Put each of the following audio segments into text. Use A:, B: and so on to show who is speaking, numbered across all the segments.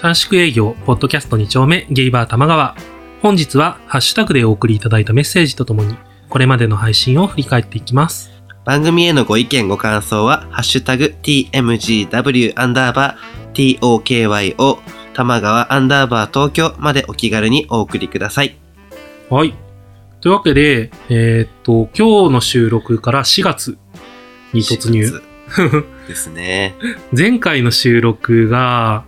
A: 短縮営業、ポッドキャスト2丁目、ゲイバー玉川。本日は、ハッシュタグでお送りいただいたメッセージとともに、これまでの配信を振り返っていきます。
B: 番組へのご意見ご感想は、ハッシュタグ tmgw アンダーバー tokyo 玉川アンダーバー東京までお気軽にお送りください。
A: はい。というわけで、えーっと、今日の収録から4月に突入。
B: ですね。
A: 前回の収録が、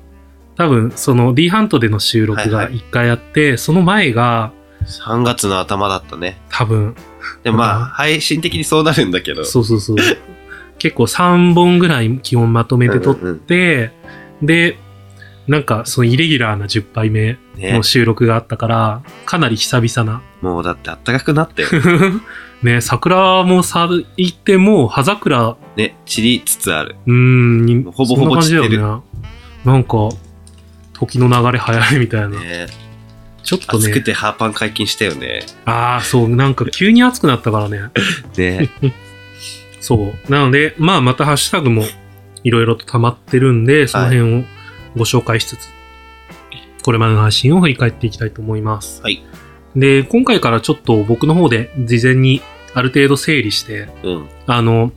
A: 多分その D ハントでの収録
B: はい
A: が
B: はい
A: 1回あって、その前が
B: 3月の頭だったね。
A: 多分、
B: でもま
A: うん
B: あ、配信的にそうなるんだけど。
A: そうそうそう。結構3本ぐらい基本まとめて撮っ
B: うんうん
A: て、で、なんかそのイレギュラーな10杯目
B: うんね
A: の収録があったから、かなり久々な。
B: もうだってあったかくなったよ。
A: ね、桜も咲いてもう葉桜、
B: ね、散りつつある。
A: うーんに、
B: ほぼほぼ
A: そんな感じ
B: 散って
A: だよね。なんか、時の流れ早いみたいな。
B: ね、
A: ちょっと
B: 暑
A: ね
B: く、てハーパン解禁したよね。
A: ああ、そう、なんか急に暑くなったからね。
B: ね。
A: そう。なので、まあまたハッシュタグもいろいろと溜まってるんで、その辺をご紹介しつつ、これまでの配信を振り返っていきたいと思います。
B: はい。
A: で、今回からちょっと僕の方で事前にある程度整理して、
B: うん。
A: あの、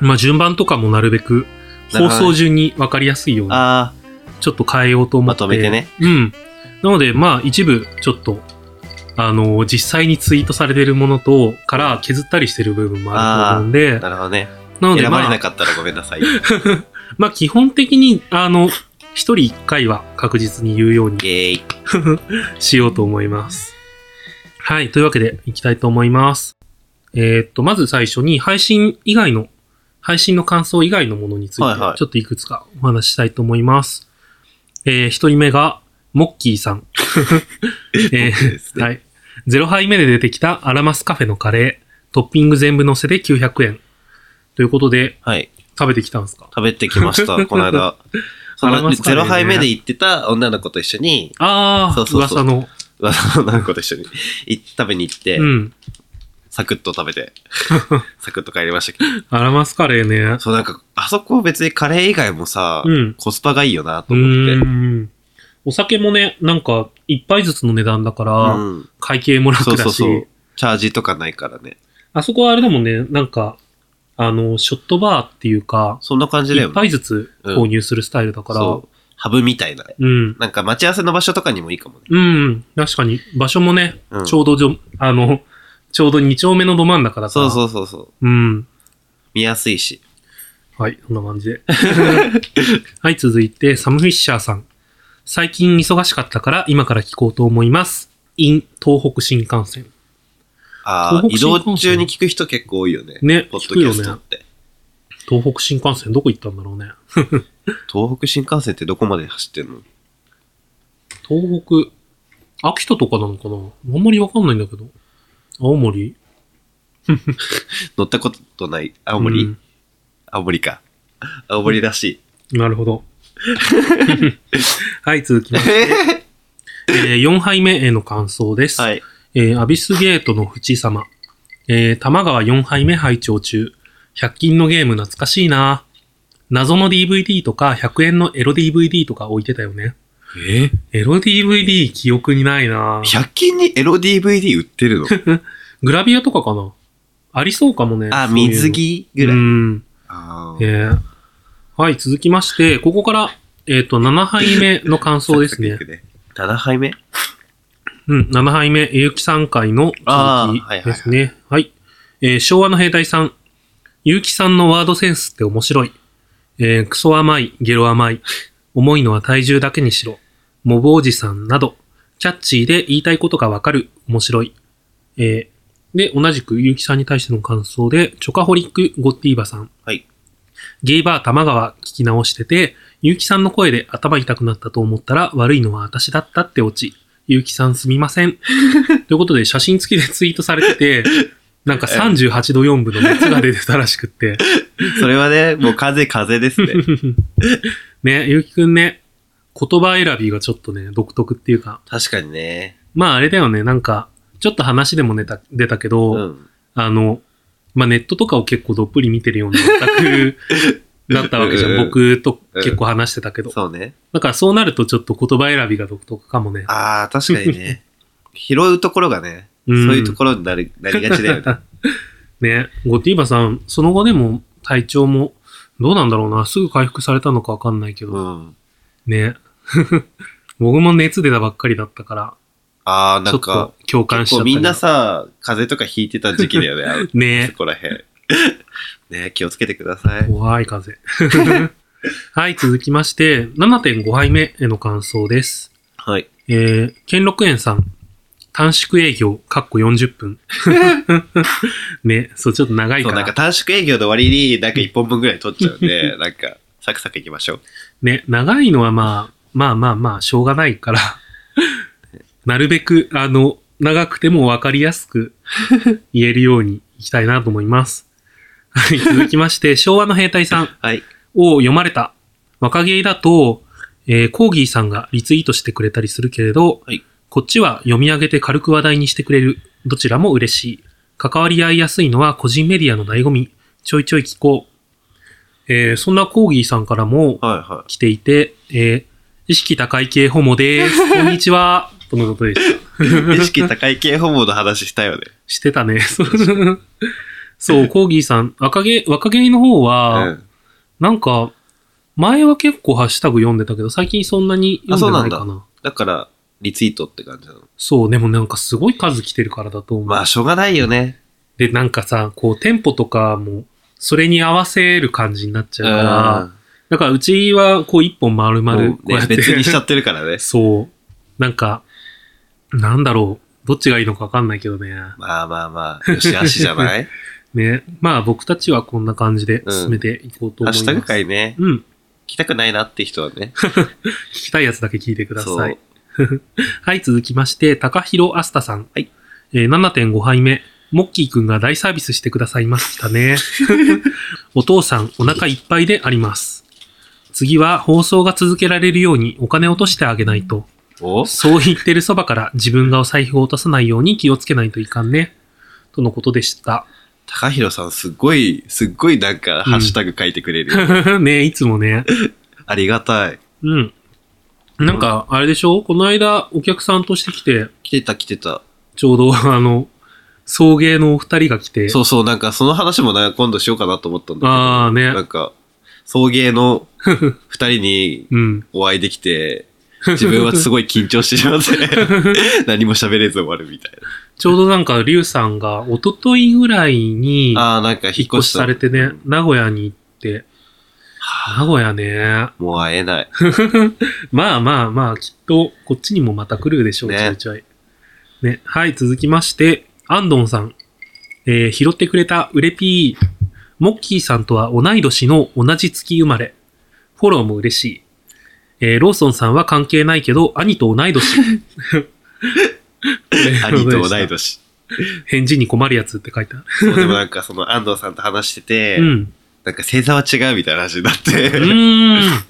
A: まあ順番とかもなるべく放送順に分かりやすいように、
B: あ
A: ちょっと変えようと
B: あ、
A: 思っ
B: ま
A: て。
B: とめてね。
A: うん。なので、まあ、一部、ちょっと、あの、実際にツイートされてるものと、から削ったりしてる部分もあると思うんで、
B: なるほどね。
A: なので、
B: 選ばれ
A: ま
B: な
A: あ、
B: かったらごめんな さい。
A: まあ、基本的に、あの、一人一回は確実に言うように
B: イェーイ。
A: しようと思います。はい。というわけで、いきたいと思います。えーっと、まず最初に、配信以外の、配信の感想以外のものについ
B: はいは
A: て、
B: い
A: ちょっといくつかお話ししたいと思います。えー一人目が、モッキーさ ん。えー
B: ですね
A: はい。0杯目で出てきたアラマスカフェのカレー、トッピング全部乗せで900円。ということで、
B: はい。
A: 食べてきたんですか
B: 食べてき ました、この間。そ
A: あり
B: の
A: ますかね
B: 0杯目で行ってた女の子と一緒に、
A: ああ
B: そう、そうそう
A: 噂の。
B: 噂の女の子と一緒にい食べに行って、
A: うん。
B: サクッと食べ て、サクッと帰りましたけど。
A: アラマスカレーね。
B: そうなんか、あそこ別にカレー以外もさ、
A: うん
B: コスパがいいよなと
A: う
B: 思って。
A: ーん。お酒もね、なんか、一杯ずつの値段だから、
B: うん、
A: 会計も
B: そ
A: 楽
B: う
A: だし、
B: そうそう。チャージとかないからね。
A: あそこはあれだもんね、なんか、あの、ショットバーっていうか、
B: そんな感じだよ
A: 一
B: ね。
A: 杯ずつ購入するスタイルだから、
B: そう。ハブみたいな。
A: うん。
B: なんか待ち合わせの場所とかにもいいかもね。
A: うん、確かに。場所もね、
B: うん
A: ちょうどじょ、あの、ちょうど2丁目のど真ん中だから。。
B: そうそううそうそう。
A: うん。
B: 見やすいし。
A: はい、そんな感じで。 はい、続いて、サム・フィッシャーさん。最近忙しかったから、今から聞こうと思います。in 東北新幹線。
B: ああ、
A: 東
B: 移
A: 北新幹線
B: 動中に聞く人結構多いよね。
A: ね
B: ポッドキャス
A: 聞く
B: ト
A: よ
B: っ
A: ね
B: て。
A: 東北新幹線どこ行ったんだろうね。
B: 東北新幹線ってどこまで走ってんの
A: 東北、秋田とかなのかなあんまりわかんないんだけど。青森
B: 乗ったことない青森、
A: うん
B: 青森か。青森らしい。
A: なるほど。 はい、続きまして。 えー4杯目への感想です。
B: はい。
A: えーアビスゲートの淵様。えー、玉川4杯目拝聴中。100均のゲーム懐かしいな謎の DVD とか100円のエロ DVD とか置いてたよね。
B: え
A: エロ DVD 記憶にないな
B: ?100 均にエロ DVD 売ってるの
A: グラビアとかかなありそうかもね。
B: あ、
A: そういうの
B: 水着ぐら
A: う
B: い。
A: ん。
B: あ
A: え
B: ー
A: ーはい、続きまして、ここから、えっ、と、7杯目の感想です
B: サ
A: ね
B: ク。サクいく7杯目
A: うん、7杯目、えゆきさん会の
B: あ
A: 続
B: ーはい
A: き
B: はいはい
A: ですね。はい。えー昭和の兵隊さん。ゆうきさんのワードセンスって面白い。えークソ甘い、ゲロ甘い。重いのは体重だけにしろ。モブおじさんなど。キャッチーで言いたいことがわかる。面白い。えーで、同じくゆうきさんに対しての感想で、チョカホリック・ゴッティーバさん。
B: はい。
A: ゲイバー玉川聞き直してて、ゆうきさんの声で頭痛くなったと思ったら悪いのは私だったってオチ。ゆうきさんすみません。ということで写真付きでツイートされてて、なんか38度4分の熱が出てたらしくって。
B: それはね、もう風風ですね。
A: ね、ゆうきくんね、言葉選びがちょっとね、独特っていうか、
B: 確かにね。
A: まああれだよね、なんか、ちょっと話でも出た出たけど、
B: うん。
A: あの、まあネットとかを結構どっぷり見てるようなオタクなったわけじゃ
B: うん
A: ん。
B: うん
A: 僕と結構話してたけど。
B: そうね。
A: だからそうなるとちょっと言葉選びが独特かもね。
B: ああ、確かにね。 拾うところがね、そう
A: うん
B: いうところになりなりがちだよね。
A: ね、ゴティーバさん、その後でも体調もどうなんだろうな。すぐ回復されたのかわかんないけど。
B: うん。
A: ね。 僕も熱出たばっかりだったから、
B: ああ、な
A: ちょ
B: ん
A: っ
B: か
A: と、共感しち
B: 結
A: ゃった
B: 構み
A: けど
B: んなさ、風邪とかひいてた時期だよねあの、そ
A: ね。
B: こらへん。 ね気をつけてください。
A: 怖い風。 はい、続きまして、7.5杯目への感想です。
B: はい。
A: えー、兼六園さん。短縮営業、かっこ40分。 ね、そう、ちょっと長い
B: そ
A: か
B: う、なん
A: ら
B: か。短縮営業の割に、なんか1本分ぐらい取っちゃう んで、なんか、サクサクいきましょう。
A: ね、長いのはまあ、まあまあまあ、しょうがないから、 なるべく、あの、長くてもわかりやすく言えるようにいきたいなと思います。はい、続きまして、 昭和の兵隊さん
B: はい。
A: を読まれた若芸だと、えーコーギーさんがリツイートしてくれたりするけれど、
B: はい
A: こっちは読み上げて軽く話題にしてくれる、どちらも嬉しい。関わり合いやすいのは個人メディアの醍醐味、ちょいちょい聞こう。えーそんなコーギーさんからも、
B: はいは
A: 来ていて、えー意識高い系ホモ です。こんにちは。とのことでした。
B: い。意識高い系ホモの話したよね。
A: してた ね。そうそう、コーギーさん、若毛、若毛の方
B: う
A: は、
B: ん。
A: なんか、前は結構ハッシュタグ読んでたけど、最近そんなに読んでない
B: あ
A: か
B: そう
A: な。
B: だから、リツイートって感じなの。
A: そうでもなんかすごい数来てるからだと思う。
B: まあ、しょうがないよね。
A: で、なんかさ、こう、テンポとかも、それに合わせる感じになっちゃうから、だからうちは、こう、一本丸
B: もう
A: 々、こうや
B: ね
A: っ、て、。
B: 別にしちゃってるからね
A: そう。なんか、なんだろう。どっちがいいのかわかんないけどね。
B: まあまあまあ、よしあしじゃ ない
A: ね。まあ僕たちはこんな感じで進めていこうと思
B: ハッ
A: います。
B: シュタグ会ね。
A: うん。聞
B: 来たくないなって人はね。
A: きたいやつだけ聞いてくだ
B: そ
A: さ
B: う
A: い。。はい、続きまして、高弘あすたさん。
B: はい。
A: えー7.5杯目。モッキーくんが大サービスしてくださいました ね。お父さん、お腹いっぱいであります。次は放送が続けられるようにお金落としてあげないと。
B: お
A: そう言ってるそばから自分がお財布を落とさないように気をつけないといかんね。とのことでした。
B: 高弘さん、すっごい、すっごいなんか、ハッシュタグ書いてく れるよ。
A: ねいつもね。
B: ありがたい。
A: うん。なんか、あれでしょこの間お客さんとして来て、
B: 来てた来てた。
A: ちょうど あの、送迎のお二人が来て、
B: そうそう、なんかその話もな今度しようかなと思ったんだけど。
A: あーね
B: なんか、送迎の二人に
A: うん。
B: お会いできて、自分はすごい緊張してしま って、何も喋れず終わるみたい
A: ちょうどなんか、リュウさんが一昨日ぐらいに、
B: な。ああ、なんか
A: 引っ
B: 引っ
A: 越
B: 越
A: し
B: し
A: さ
B: た。
A: れてね、名古屋に行って、名古屋ね。
B: もう会 えない。
A: まあまあまあ、きっと、こっちにもまた来るでしょう、
B: ね
A: ちょいちょい。ね。はい、続きまして、アンドンさん。えー拾ってくれたウレピー。モッキーさんとは同い年の同じ月生まれ。フォローも嬉しい。えーローソンさんは関係ないけど、兄と同い年。
B: 兄と同い。年。
A: 返事に困るやつって書いてある。
B: そう、でもなんかその安藤さんと話してて、
A: うん。
B: なんか星座は違うみたいな話になって
A: う、ーん。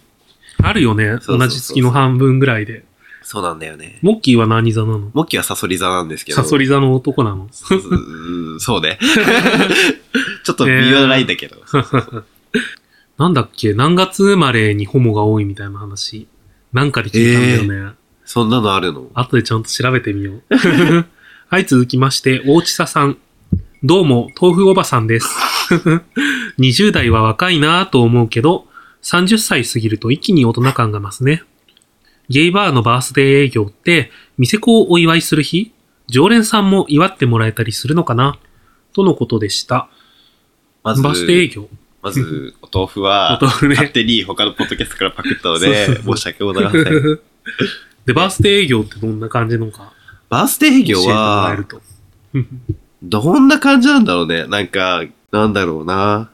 A: あるよね。
B: そうそうそう
A: 同じ月の半分ぐらいで。
B: そうなんだよね。
A: モッキーは何座なの
B: モッキーはサソリ座なんですけど。
A: サソリ座の男なの。
B: そうそうそ うね。 ちょっと微妙なラインだけど。
A: なんだっけ、何月生まれにホモが多いみたいな話。なんかで聞いたんだよね。
B: そんなのあるの
A: 後でちゃんと調べてみよう。 はい、続きまして、大地ささん。どうも、豆腐おばさんです。20代は若いなぁと思うけど、30歳過ぎると一気に大人感が増すね。ゲイバーのバースデー営業って、店子をお祝いする日常連さんも祝ってもらえたりするのかなとのことでした。バ
B: まず、
A: ースデー営業。
B: まず、お豆腐は、
A: お豆腐ね
B: 勝手に他のポッドキャストからパクったの
A: そう
B: で、
A: そうそう
B: 申し訳ございま せん。
A: で、バースデー営業ってどんな感じのか
B: バースデー営
A: 教え
B: 業
A: てもらえ
B: は
A: る、と。
B: どんな感じなんだろうね。なんか、なんだろうな。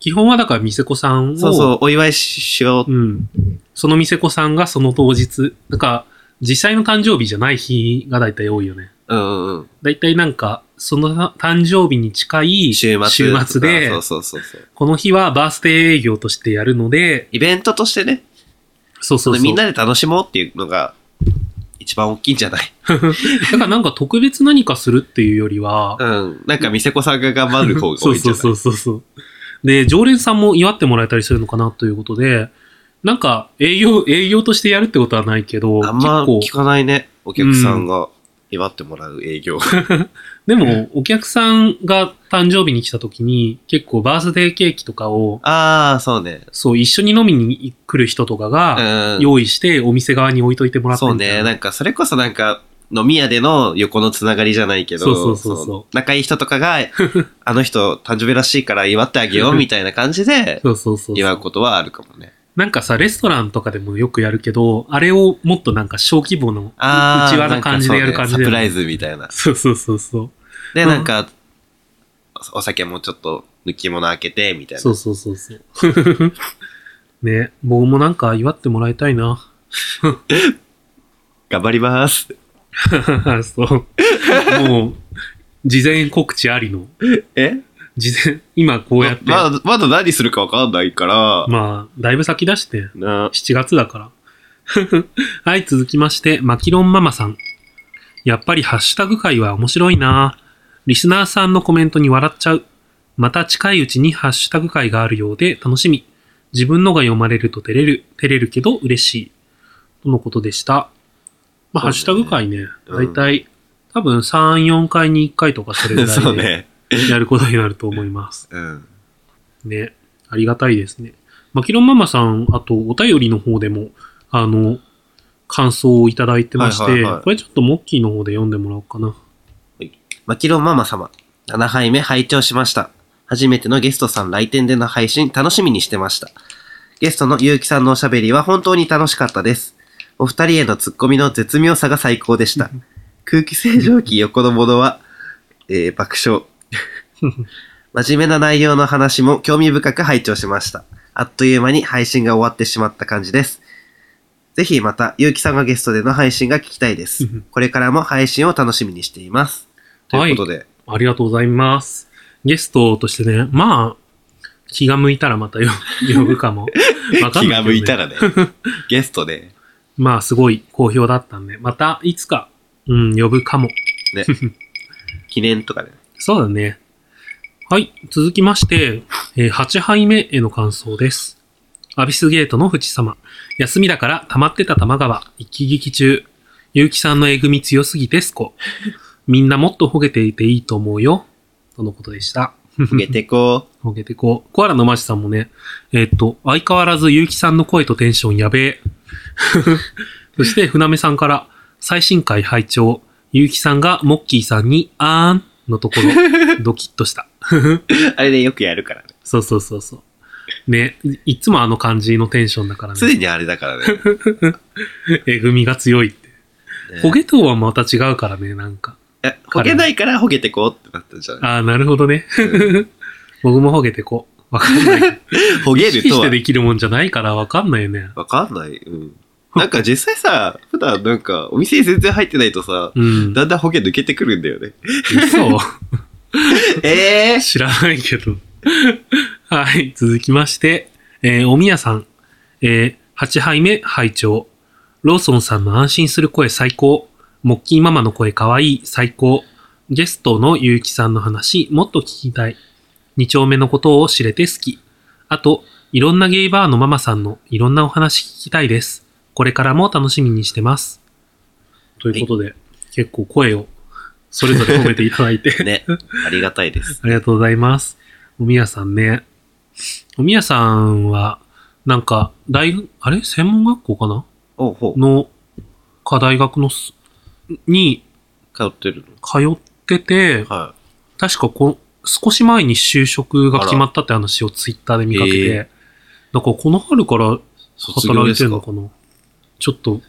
A: 基本はだから、店子さんを、
B: そうそう、お祝いししよう。
A: うん、その店子さんがその当日、なんか、実際の誕生日じゃない日が大体多いよね。
B: うんうんうん。
A: 大体なんか、その誕生日に近い
B: 週末とか。
A: 週末で、
B: そうそうそうそう。
A: この日はバースデー営業としてやるので、
B: イベントとしてね、
A: そうそうそう。
B: みんなで楽しもうっていうのが、一番大きいんじゃない
A: だからなんか特別何かするっていうよりは、
B: うん。なんか、店子さんが頑張る方が
A: そ
B: 多
A: う
B: いんじ
A: そ
B: ゃ
A: う
B: ない
A: そうそうそう。で、常連さんも祝ってもらえたりするのかなということで、なんか営業、営業としてやるってことはないけど、
B: あんま
A: 結構
B: 聞かないね。お客さんが祝ってもらう営業。
A: でも、お客さんが誕生日に来た時に、結構バースデーケーキとかを、
B: ああ、そうね。
A: そう、一緒に飲みに来る人とか
B: う
A: が、
B: ん。
A: 用意してお店側に置いといてもらった
B: そう
A: みたいな。
B: ね。なんか、それこそなんか、飲み屋での横のつながりじゃないけど、
A: そうそうそうそう
B: の仲いい人とかが、 あの人誕生日らしいから祝ってあげようみたいな感じで、
A: そうそうそうそう。
B: 祝うことはあるかもね。
A: なんかさ、レストランとかでもよくやるけど、あれをもっとなんか小規模の、うち
B: ああ、
A: わな感じでやる感じ
B: なんかそうねサ
A: で。
B: プライズみたいな。
A: そうそうそうそう。
B: で、
A: うん
B: なんか、お酒もちょっと抜き物開けて、みたいな。
A: そうそうそうそう。 ね、僕もなんか祝ってもらいたいな。
B: 頑張ります。
A: そう。もう、事前告知ありの。
B: え
A: 事前、今こうやって、
B: ままだ、まだ何するかわかんないから、
A: まあ、だいぶ先出して、
B: な、
A: 7月だから。 はい、続きまして、マキロンママさん。やっぱりハッシュタグ会は面白いなリスナーさんのコメントに笑っちゃう。また近いうちにハッシュタグ会があるようで楽しみ。自分のが読まれると照れる、照れるけど嬉しい。とのことでした。まあ、ハ
B: そうね
A: ッシュタグ会ね、
B: うん
A: だいたい多分3、4回に1回とかそれぐら
B: そう
A: いで
B: ね。
A: やることになると思います。
B: うん。
A: ね、ありがたいですね。マキロンママさん、あとお便りの方でも、あの、感想をいただいてまして、
B: はいはいはい
A: これちょっとモッキーの方で読んでもらおう かな。
B: マキロンママ様、7杯目拝聴しました。初めてのゲストさん来店での配信楽しみにしてました。ゲストのゆうきさんのおしゃべりは本当に楽しかったです。お二人へのツッコミの絶妙さが最高 でした。空気清浄機横のものは、えー爆 笑。真面目な内容の話も興味深く拝聴しました。あっという間に配信が終わってしまった感じです。ぜひまた、ゆうきさんがゲストでの配信が聞きたいです
A: うん。
B: これからも配信を楽しみにしています。ということで、
A: ありがとうございます。ゲストとしてね、まあ、気が向いたらま た呼呼ぶかも。わかん
B: 気
A: なけど
B: が向
A: ね
B: いた らね、ゲストで、
A: まあ、すごい好評だったんで、またいつか、うん、呼ぶかも。
B: ね、記念とかね。
A: そうだね。はい。続きまして、えー8杯目への感想です。アビスゲートの淵様。休みだから溜まってた玉川。一撃中。結城さんのえぐみ強すぎてすこ。みんなもっとほげていていいと思うよ。とのことでした。
B: あげてこう。
A: ほげてこう。コアラのマジさんもね、えーっと、相変わらず結城さんの声とテンションやべえ。 そして、船目さんから、最新回拝聴結城さんがモッキーさんに、あーんのとこ ろ、ドキッとした。
B: あれでよくや るからね。
A: そうそうそうそう。ね、いいつもあの感じのテンションだから
B: 常
A: ね。
B: にあれだからね。
A: えぐみが強いって。
B: ね
A: ほげとはまた違うからね、なんか。
B: えほげないからほげてこうってなったんじゃない
A: ああ、なるほどね。僕もほげてこう。わかんない。
B: ほ
A: 意
B: げる
A: 識
B: と
A: して
B: は。
A: できるもんじゃないからわかんないよね。
B: わかんない。うん。なんか実際さ、普段なんかお店に全然入ってないとさ、
A: うん。
B: だんだんほげ抜けてくるんだよ ね。
A: 嘘
B: ええ
A: 知らないけど。 はい、続きまして、えーおみやさん、えー、8杯目拝聴ローソンさんの安心する声最高。モッキーママの声かわいい最高。ゲストのゆうきさんの話もっと聞きたい。二丁目のことを知れて好き。あと、いろんなゲイバーのママさんのいろんなお話聞きたいです。これからも楽しみにしてます。ということで、結構声をそれぞれ褒めていただいて。
B: ね、ありがたいです。
A: ありがとうございます。おみやさんね。おみやさんは、なんか、大学、あれ専門学校かな
B: おうほう、
A: の、か大学のす、に
B: 通ってる
A: 通ってて
B: の。、は
A: 確かこ、少し前に就職が決まったって話をツイッターで見かけて、
B: え
A: だからこの春から
B: い。卒業
A: 働
B: で
A: いて
B: す
A: る
B: か
A: のかなちょっと、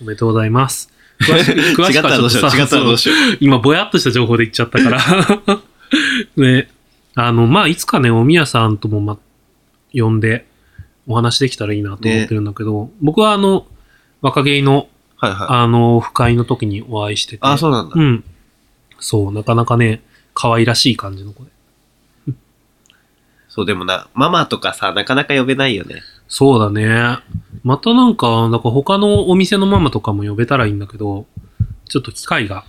A: おめでとうございます。詳しく、
B: 違
A: 詳
B: っ
A: しく
B: た
A: は
B: ら
A: ち
B: ど
A: ょ
B: う
A: っと
B: しよう。
A: さ
B: 違ったらどうしよう。
A: 今、ぼやっとした情報で言っちゃったから。 ね。あの、まあ、いつかね、おみやさんとも、ま、呼んで、お話できたらいいなと思ってるんだけど、僕は、あの、若芸の、
B: はいはい。
A: あの、不快の時にお会いしてて。
B: あ、そうなんだ。
A: うん。そう、なかなかね、可愛らしい感じの子で。
B: そう、でもな、ママとかさ、なかなか呼べないよね。
A: そうだね。またなんか、なんか他のお店のママとかも呼べたらいいんだけど、ちょっと機会が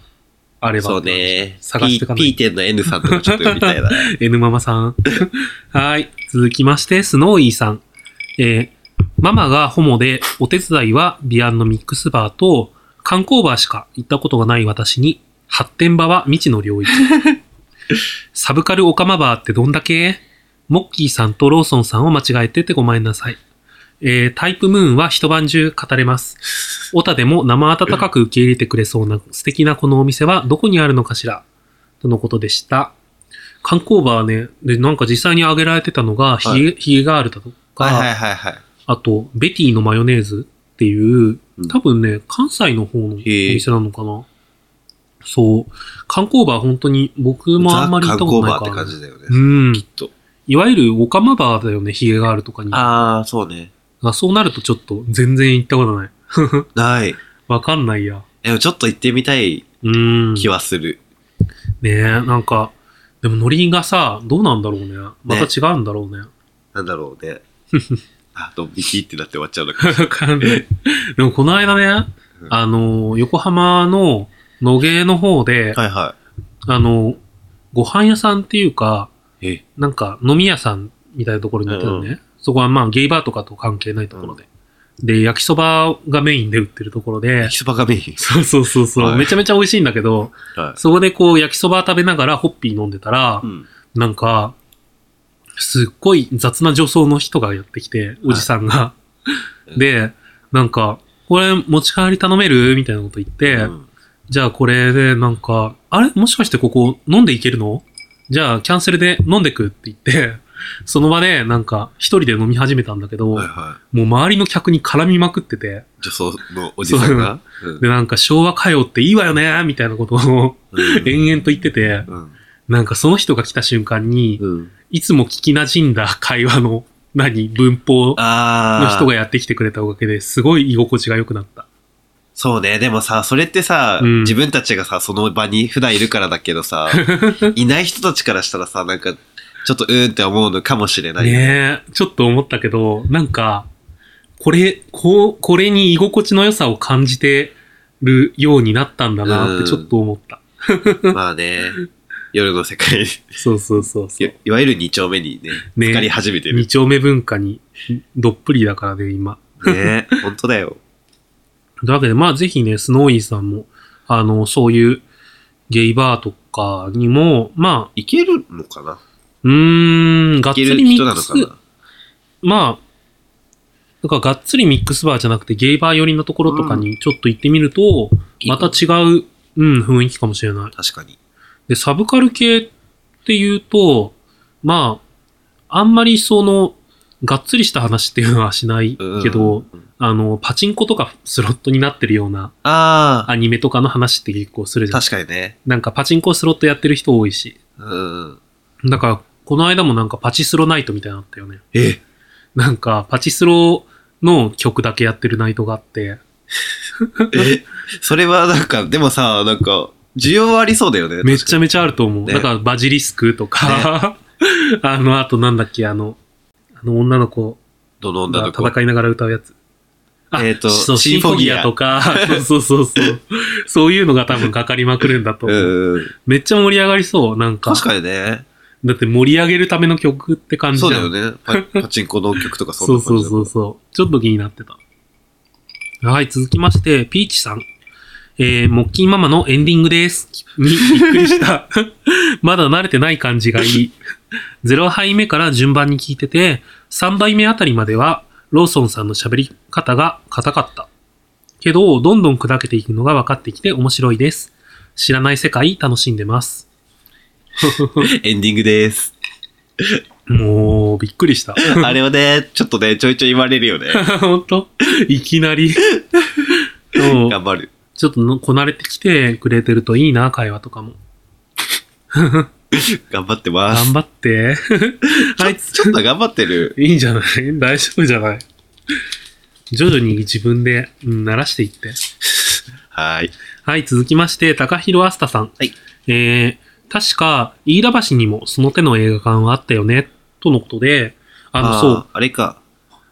A: あれば。
B: そうね。
A: 探してかない
B: P, P 点の N さんとかちょっと読みた いな。
A: N ママさん。 はい。続きまして、スノーイーさん。えーママがホモで、お手伝いはビアンのミックスバーと、観光バーしか行ったことがない私に、発展場は未知の領 域。サブカルオカマバーってどんだけモッキーさんとローソンさんを間違えててごめんなさい。えータイプムーンは一晩中語れます。オタでも生温かく受け入れてくれそうな素敵なこのお店はどこにあるのかしらとのことでした。観光バーね、で、なんか実際に挙げられてたのが、ヒゲ、ヒゲガールだとか、
B: はいはいはいはい。
A: あと、ベティのマヨネーズっていう
B: うん、
A: 多分ね、関西の方のお店なのかな。そう。観光バー本当に僕もあんまり行ったことない
B: ザ・カンコーバー
A: から。
B: って感じだよね。
A: うん。
B: きっと。
A: いわゆるオカマバーだよね、ヒゲガールとかに。
B: ああ、そうね。
A: あそうなるとちょっと全然行ったことない。
B: ない。
A: わかんないや。
B: でもちょっと行ってみたいう
A: ーん。ね
B: 気はする。
A: え、なんか、でもノリがさ、どうなんだろうね。また違うんだろう ね。
B: なんだろ うね。あ、ドン引きってなって終わっちゃうのか。
A: わかんない。でもこの間ね
B: う、ん
A: あの、横浜の野毛の方で、
B: はいは
A: あの、ご飯屋さんっていうか、
B: い。え、
A: なんか飲み屋さんみたいなところに行ったのね。そこはまあゲイバーとかと関係ないところで。で、焼きそばがメインで売ってるところで
B: 焼き、そばがメイン。
A: そうそうそうそう、
B: はい
A: めちゃめちゃ美味しいんだけど、
B: は
A: そこでこう焼きそば食べながらホッピー飲んでたら、
B: い。うん。
A: なんか、すっごい雑な女装の人がやってきて、おじさんが。
B: い
A: で、なんか、これ持ち帰り頼めるみたいなこと言って、
B: うん
A: じゃあこれでなんか、あれもしかしてここ飲んでいけるのじゃあキャンセルで飲んでくって言って、 その場でなんか一人で飲み始めたんだけど、
B: はいは
A: もう周りの客に絡みまくってて、
B: い。女装のおじさんが。うん
A: でなんか昭和歌謡っていいわよねみたいなことを
B: うん
A: 延々と言ってて、
B: うん
A: なんかその人が来た瞬間に、
B: うん。
A: いつも聞き馴染んだ会話の、何、文法の
B: ああ。
A: 人がやってきてくれたおかげですごい居心地が良くなった。
B: そうね。でもさ、それってさ、
A: うん
B: 自分たちがさ、その場に普段いるからだけ どさ、いない人たちからしたらさ、なんか、ちょっとうーんって思うのかもしれない。
A: ねえ、ちょっと思ったけど、なんか、これ、こう、これに居心地の良さを感じてるようになったんだなっ
B: うん
A: てちょっと思った。
B: まあね。夜の世界、
A: そうそうそうそう。
B: いわゆる二丁目にね、
A: ね
B: 浸かり始めてる
A: 二。丁目文化にどっぷりだからね、今。
B: ね本当だよ。
A: というわけで、まあぜひね、スノーイーさんも、あの、そういうゲイバーとかにも、まあ、
B: いけるのかな
A: うーん、がっつ
B: いける
A: りミ
B: 人な
A: ック
B: の
A: ス
B: か、な
A: まあ、なんかがっつりミックスバーじゃなくてゲイバー寄りのところとかにちょっと行ってみると、また違う、うん、雰囲気かもしれない。
B: 確かに。
A: で、サブカル系っていうと、まあ、あんまりその、がっつりした話っていうのはしない
B: うん
A: けど、、あの、パチンコとかスロットになってるような
B: ああ、
A: アニメとかの話って結構するじゃん。
B: 確かにね。
A: なんかパチンコスロットやってる人多いし。
B: うん。
A: だから、この間もなんかパチスロナイトみたいなのあったよね。
B: え、
A: なんか、パチスロの曲だけやってるナイトがあって、
B: えそれはなんか、でもさ、なんか、需要はありそうだよね。
A: めちゃ
B: め
A: めちゃあると思う。
B: ね
A: だから、バジリスクとか、 あの、あとなんだっけ、あの、あの女の子
B: どの女
A: が
B: の子。
A: 戦いながら歌うやつ。あ
B: えーと
A: そうシ
B: シ
A: ン
B: ン
A: フ
B: フ
A: ォ
B: ォ
A: ギ
B: ギ
A: ア
B: ア
A: とか、 そうそうそう。そういうのが多分かかりまくるんだと思う。
B: うん。
A: めっちゃ盛り上がりそう、なんか。
B: 確かにね。
A: だって盛り上げるための曲って感じじ
B: そ
A: ゃ。
B: うんだよね。パパチンコの曲とかそ
A: そ
B: ん
A: う
B: な
A: そ
B: 感
A: う
B: じだ
A: そうそう。ちょっと気になってた。はい、続きまして、ピーチさん。えー、モッキーママのエンディングです。に、びっくりした。 まだ慣れてない感じがいい。0杯目から順番に聞いてて、3杯目あたりまでは、ローソンさんの喋り方が硬かった。けど、どんどん砕けていくのが分かってきて面白いです。知らない世界楽しんでます。
B: エンディン グです。
A: もう、びっくりした。
B: あれはね、ちょっとね、ちょいちょい言われるよね。
A: 本当いきな り。そう
B: 頑張る。
A: ちょっとのこなれてきてくれてるといいな、会話とかも。
B: 頑張ってま
A: 頑
B: す。
A: 張って。 あいつ、
B: ちょっと頑張ってる。
A: いいんじゃない大丈夫じゃない徐々に自分で、うん、慣らしていって。
B: はーい。
A: はい、続きまして、高弘あすたさん。
B: はい。
A: えー、確か、飯田橋にもその手の映画館はあったよね、とのことで、あの、そう、
B: あれか。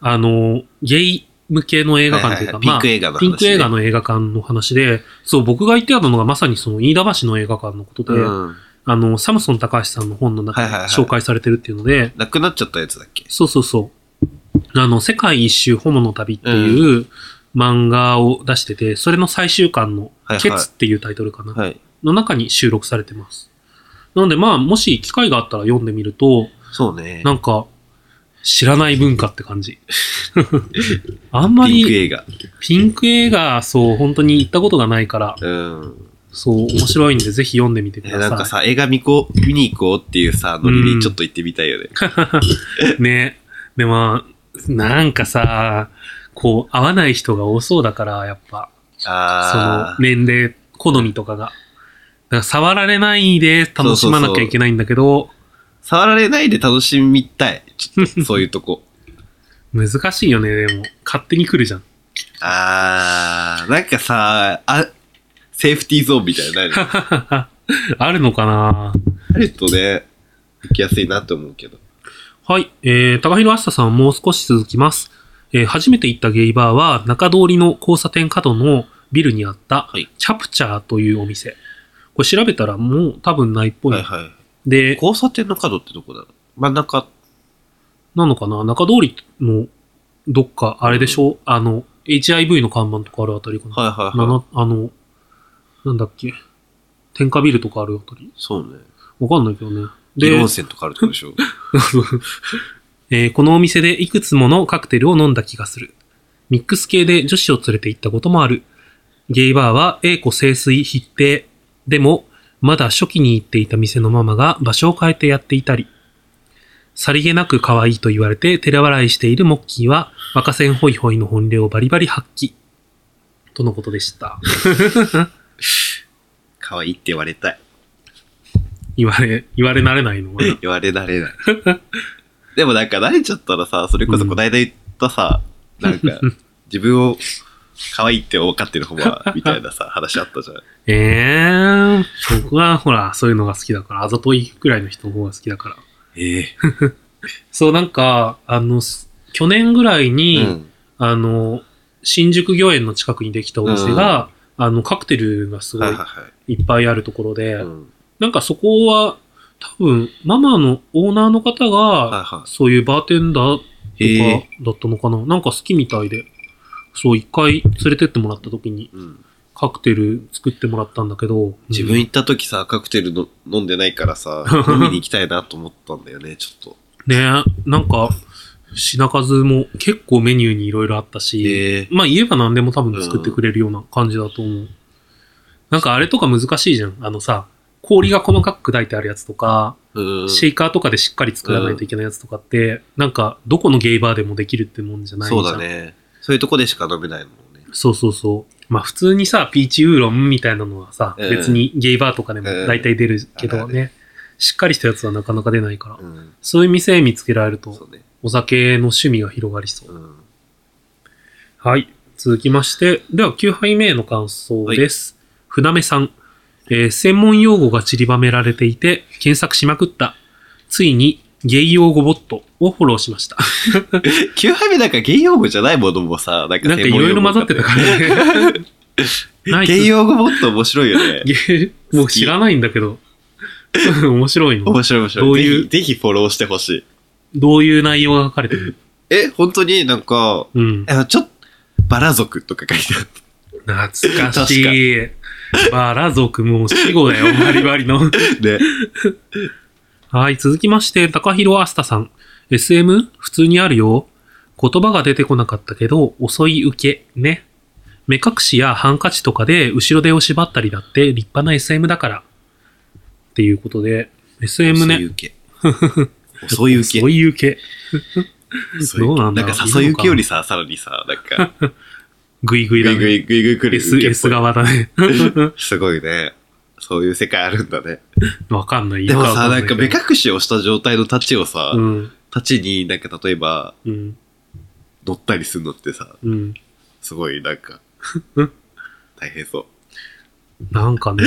A: あの、ゲイ向けの映画館というか、
B: はいはいはい
A: まあ、
B: ピンク映画の話ね
A: ピンク映画の映画館の話で、そう、僕が言ってたのがまさにその飯田橋の映画館のことで、
B: うん。
A: あの、サムソン高橋さんの本の中で
B: はいはいはい
A: 紹介されてるっていうので、
B: なくなっちゃったやつだっけ
A: そうそうそう。あの、世界一周ホモの旅っていう漫画を出してて、それの最終巻の
B: はいは、い
A: ケツっていうタイトルかな、
B: はい。
A: の中に収録されてます。なのでまあ、もし機会があったら読んでみると、
B: そうね。
A: なんか、知らない文化って感 じ。あんま
B: ピンク
A: り、
B: 映画。
A: ピンク映画、そう、本当に行ったことがないから、
B: うん。
A: そう、面白いんで、ぜひ読んでみてく
B: え
A: ださい。
B: なんかさ、映画見こう見に行こうっていうさ、ノリ
A: うん
B: にちょっと行ってみたいよね。
A: ね。でも、なんかさ、こう、合わない人が多そうだから、やっぱ、その
B: あ、ー。
A: 年齢、好みとかが。だから触られないで楽しまなきゃいけないんだけど、
B: 触られないで楽しみたい。ちょっ とそういうとこ。
A: 難しいよね、でも。勝手に来るじゃん。
B: あー、なんかさ、あ、セーフティーゾーンみたいなのないの
A: あるのかな
B: あるとね、行きやすいなと思うけど。
A: はい。えー、高弘あさんもう少し続きます。えー初めて行ったゲイバーは中通りの交差点角のビルにあった、
B: はい
A: チャプチャーというお店。これ調べたらもう多分ないっぽい。
B: はいはい。
A: で、
B: 交差点の角ってどこだろう真ん中。
A: なのかな中通りのどっか、あれでしょ、あの、HIV の看板とかあるあたりかな、
B: はいはい
A: な
B: はい。
A: なあの、なんだっけ天下ビルとかあるあたり
B: そうね。
A: わかんないけどね。
B: で、
A: で
B: 温、泉とかあるとこでしょ。
A: えーこのお店でいくつものカクテルを飲んだ気がする。ミックス系で女子を連れて行ったこともある。ゲイバーは栄子清水必定。でも、まだ初期に行っていた店のママが場所を変えてやっていたり、さりげなく可愛いと言われて照れ笑いしているモッキーは若線ホイホイの本領をバリバリ発揮。とのことでした。
B: 可愛いって言われたい。
A: 言われ、言われ慣れないのかな
B: 言われら れない。でもなんか慣れちゃったらさ、それこそこないだ言ったさ、なん か、自分を可愛いって分かってる方は、みたいなさ、話あったじゃん。
A: えー、僕はほら、そういうのが好きだから、あざといくらいの人の方が好きだから。
B: え え
A: そう、なんか、あの、す去年ぐらいに、
B: うん。
A: あの、新宿御苑の近くにできたお店が、あの、カクテルがすご
B: はい
A: い
B: はいはい
A: っぱいあるところで、
B: い。うん。
A: なんかそこは、多分、ママのオーナーの方が、
B: はいは
A: そういうバーテンダーと
B: い。え
A: か
B: え
A: だったのかな、なんか好きみたいで、そう、一回連れてってもらった時に、
B: うん。
A: カクテル作ってもらったんだけど、うん
B: 自分行った時さ、カクテルの飲んでないからさ、 飲みに行きたいなと思ったんだよね、ちょっと。
A: ねなんか、品数も結構メニューにいろいろあったし、
B: ええ
A: まあ言えば何でも多分作ってくれるような感じだと思う。なんかあれとか難しいじゃん。あのさ、氷が細かく砕いてあるやつとか、
B: うん。
A: シェイカーとかでしっかり作らないといけないやつとかって、なんかどこのゲイバーでもできるってもんじゃないじゃ
B: そ
A: ん
B: うだ。ね。そういうとこでしか飲めないもんね。
A: そうそうそう。まあ普通にさ、ピーチウーロンみたいなのはさ、
B: うん
A: 別にゲイバーとかでも大体出るけど
B: うんあ
A: ね、しっかりしたやつはなかなか出ないから、
B: うん。
A: そういう店見つけられる
B: そ
A: と、
B: うね。
A: お酒の趣味が広がりそう。
B: うん。
A: はい。続きまして、では9杯目の感想です。船目さん、えー専門用語が散りばめられていて、検索しまくった。ついに、ゲイ用語ボットをフォローしま した。
B: 9杯目なんか芸用語じゃないものもさ、なんか
A: なんかい
B: 専門
A: ろい
B: 用
A: ろ
B: 語
A: 混ざってたから ね。ナイス
B: 芸用語もっと面白いよね。
A: ゲ イもう知らないんだけど。面白いの
B: 面。白い面白い。
A: どういう
B: ぜひぜひフォローしてほしい。
A: どういう内容が書かれてる
B: え、本当になんか、
A: うん。
B: あちょっと、バラ族とか書いてある。
A: 懐かしい。バラ族もう死後だよ、バリバリの。
B: ね。
A: はい、続きまして、高弘あすたさん。SM? 普通にあるよ。言葉が出てこなかったけど、遅い受け、ね。目隠しやハンカチとかで後ろ手を縛ったりだって立派な SM だから。っていうことで、SM
B: そうい
A: ね。
B: う系。そういう系
A: 遅。い受け。
B: そういう
A: どう
B: 系
A: なんだろう
B: なんか誘い受けよりさ、さらにさ、なんか、
A: ぐいぐい
B: ぐ
A: だ
B: いぐ
A: ね。
B: いぐいぐい来る
A: S、
B: 受けっ
A: S
B: ぽい。
A: 側だね。
B: すごいね。そういう世界あるんだね。
A: わかんない。
B: でも
A: よくわ
B: さ、
A: い
B: なん
A: け
B: か
A: ど
B: 目隠しをした状態の立ちをさ、
A: うん。
B: 立ちになんか例えば
A: うん。
B: 乗ったりするのってさ、
A: うん。
B: すごいなんか、大変そ
A: なんかね、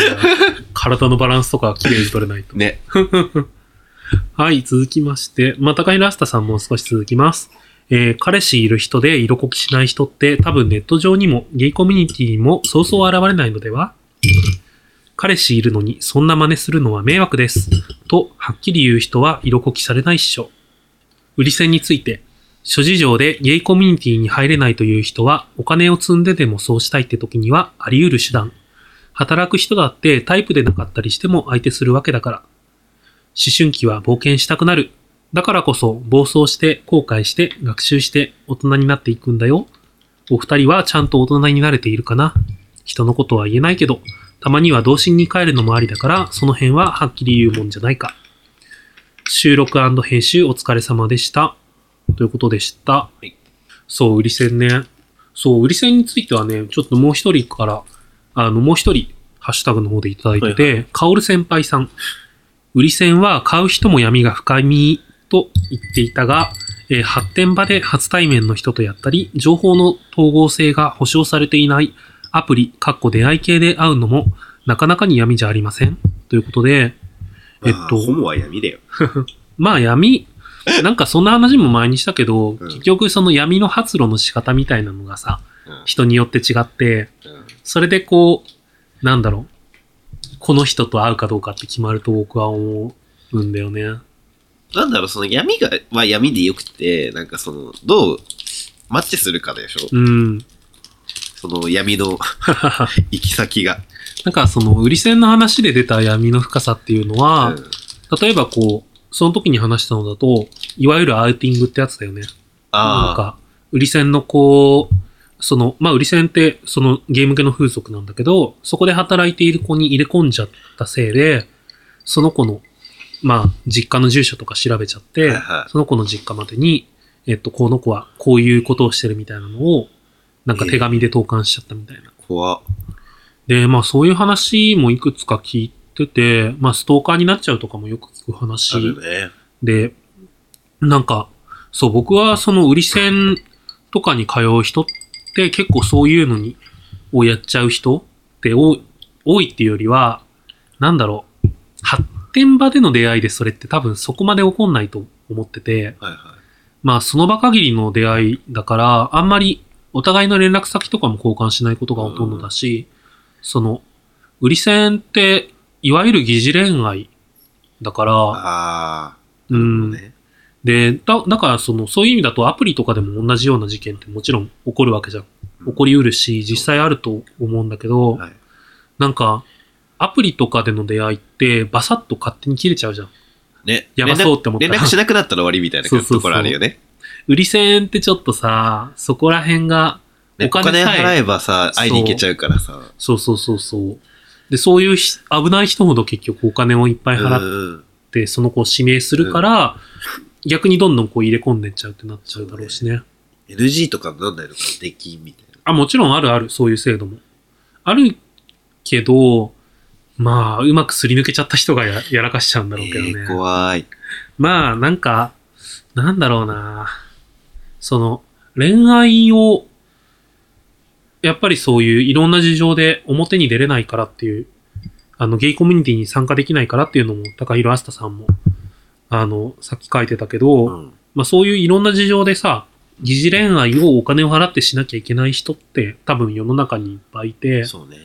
A: 体のバランスとか綺麗に取れないと
B: う。。ね。
A: はい、続きまして、またかいラスタさんも少し続きます。えー彼氏いる人で色こきしない人って多分ネット上にもゲイコミュニティもそうそう現れないのでは彼氏いるのにそんな真似するのは迷惑です。と、はっきり言う人は色こきされないっしょ。売り線について、諸事情でゲイコミュニティに入れないという人はお金を積んででもそうしたいって時にはあり得る手段。働く人だってタイプでなかったりしても相手するわけだから。思春期は冒険したくなる。だからこそ暴走して後悔して学習して大人になっていくんだよ。お二人はちゃんと大人になれているかな人のことは言えないけど、たまには童心に帰るのもありだから、その辺ははっきり言うもんじゃないか。収録編集お疲れ様でした。ということでした。
B: い
A: そう、売り線ね。そう、売り線についてはね、ちょっともう一人から、あの、もう一人、ハッシュタグの方でいただいてて、カオル先輩さん。売り線は買う人も闇が深みと言っていたが、えー発展場で初対面の人とやったり、情報の統合性が保証されていないアプリ、かっこ出会い系で会うのも、なかなかに闇じゃありません。ということで、えっと
B: まあホモは闇だよ。
A: まあ闇、なんかそんな話も前にしたけど、
B: ん
A: 結局その闇の発露の仕方みたいなのがさ、
B: うん
A: 人によって違って、
B: うん
A: それでこう、なんだろう、この人と会うかどうかって決まると僕は思うんだよね。
B: なんだろう、その闇が、は闇でよくて、なんかその、どう、マッチするかでしょ
A: うん。
B: その 闇の行き先が。
A: なんかその売り線の話で出た闇の深さっていうのは、
B: うん
A: 例えばこう、その時に話したのだと、いわゆるアウティングってやつだよね。なん
B: ああ、
A: か、売り線のこう、その、まあ、売り線って、そのゲーム系の風俗なんだけど、そこで働いている子に入れ込んじゃったせいで、その子の、まあ、実家の住所とか調べちゃって
B: はいは、い
A: その子の実家までに、えっと、この子はこういうことをしてるみたいなのを、なんか
B: ええ
A: 手紙で投函しちゃったみたいな。
B: 怖っ
A: で、まあそういう話もいくつか聞いてて、まあストーカーになっちゃうとかもよく聞く話。
B: あるね。
A: で、なんか、そう、僕はその売り線とかに通う人って結構そういうのに、をやっちゃう人って多い多いっていうよりは、なんだろう、発展場での出会いでそれって多分そこまで起こんないと思ってて、
B: はいは
A: まあその場限りの出会いだから、あんまりお互いの連絡先とかも交換しないことがほとんどだし、その、売り線って、いわゆる疑似恋愛だから、
B: い。ああ、
A: うん、
B: ね。
A: で、だ、だからその、そういう意味だとアプリとかでも同じような事件ってもちろん起こるわけじゃん。起こりうるし、実際あると思うんだけど、
B: はい
A: なんか、アプリとかでの出会いって、バサッと勝手に切れちゃうじゃん。
B: ね。
A: やば
B: 連絡
A: そうって思った
B: 連絡しなくなったら終わりみたいな
A: そうそうそう
B: ところあるよね。
A: 売り線ってちょっとさ、そこら辺が、お
B: ねお
A: 金
B: 金
A: さえ
B: 払えばさ、会いに行けちゃうからさ。
A: そうそうそうそう。で、そういうひ危ない人ほど結局お金をいっぱい払っ
B: うん
A: て、その子を指名するから、逆にどんどんこう入れ込んでっちゃうってなっちゃうだろうしね。
B: NG とかなんないのかできんみたいな。
A: あ、もちろんあるある、そういう制度も。あるけど、まあ、うまくすり抜けちゃった人がややらかしちゃうんだろうけどね。
B: えー怖い。
A: まあ、なんか、なんだろうな。その、恋愛を、やっぱりそういういろんな事情で表に出れないからっていう、あの、ゲイコミュニティに参加できないからっていうのも、高弘明日さんも、あの、さっき書いてたけど、
B: うん
A: まあそういういろんな事情でさ、疑似恋愛をお金を払ってしなきゃいけない人って多分世の中にいっぱいいて、
B: そうね。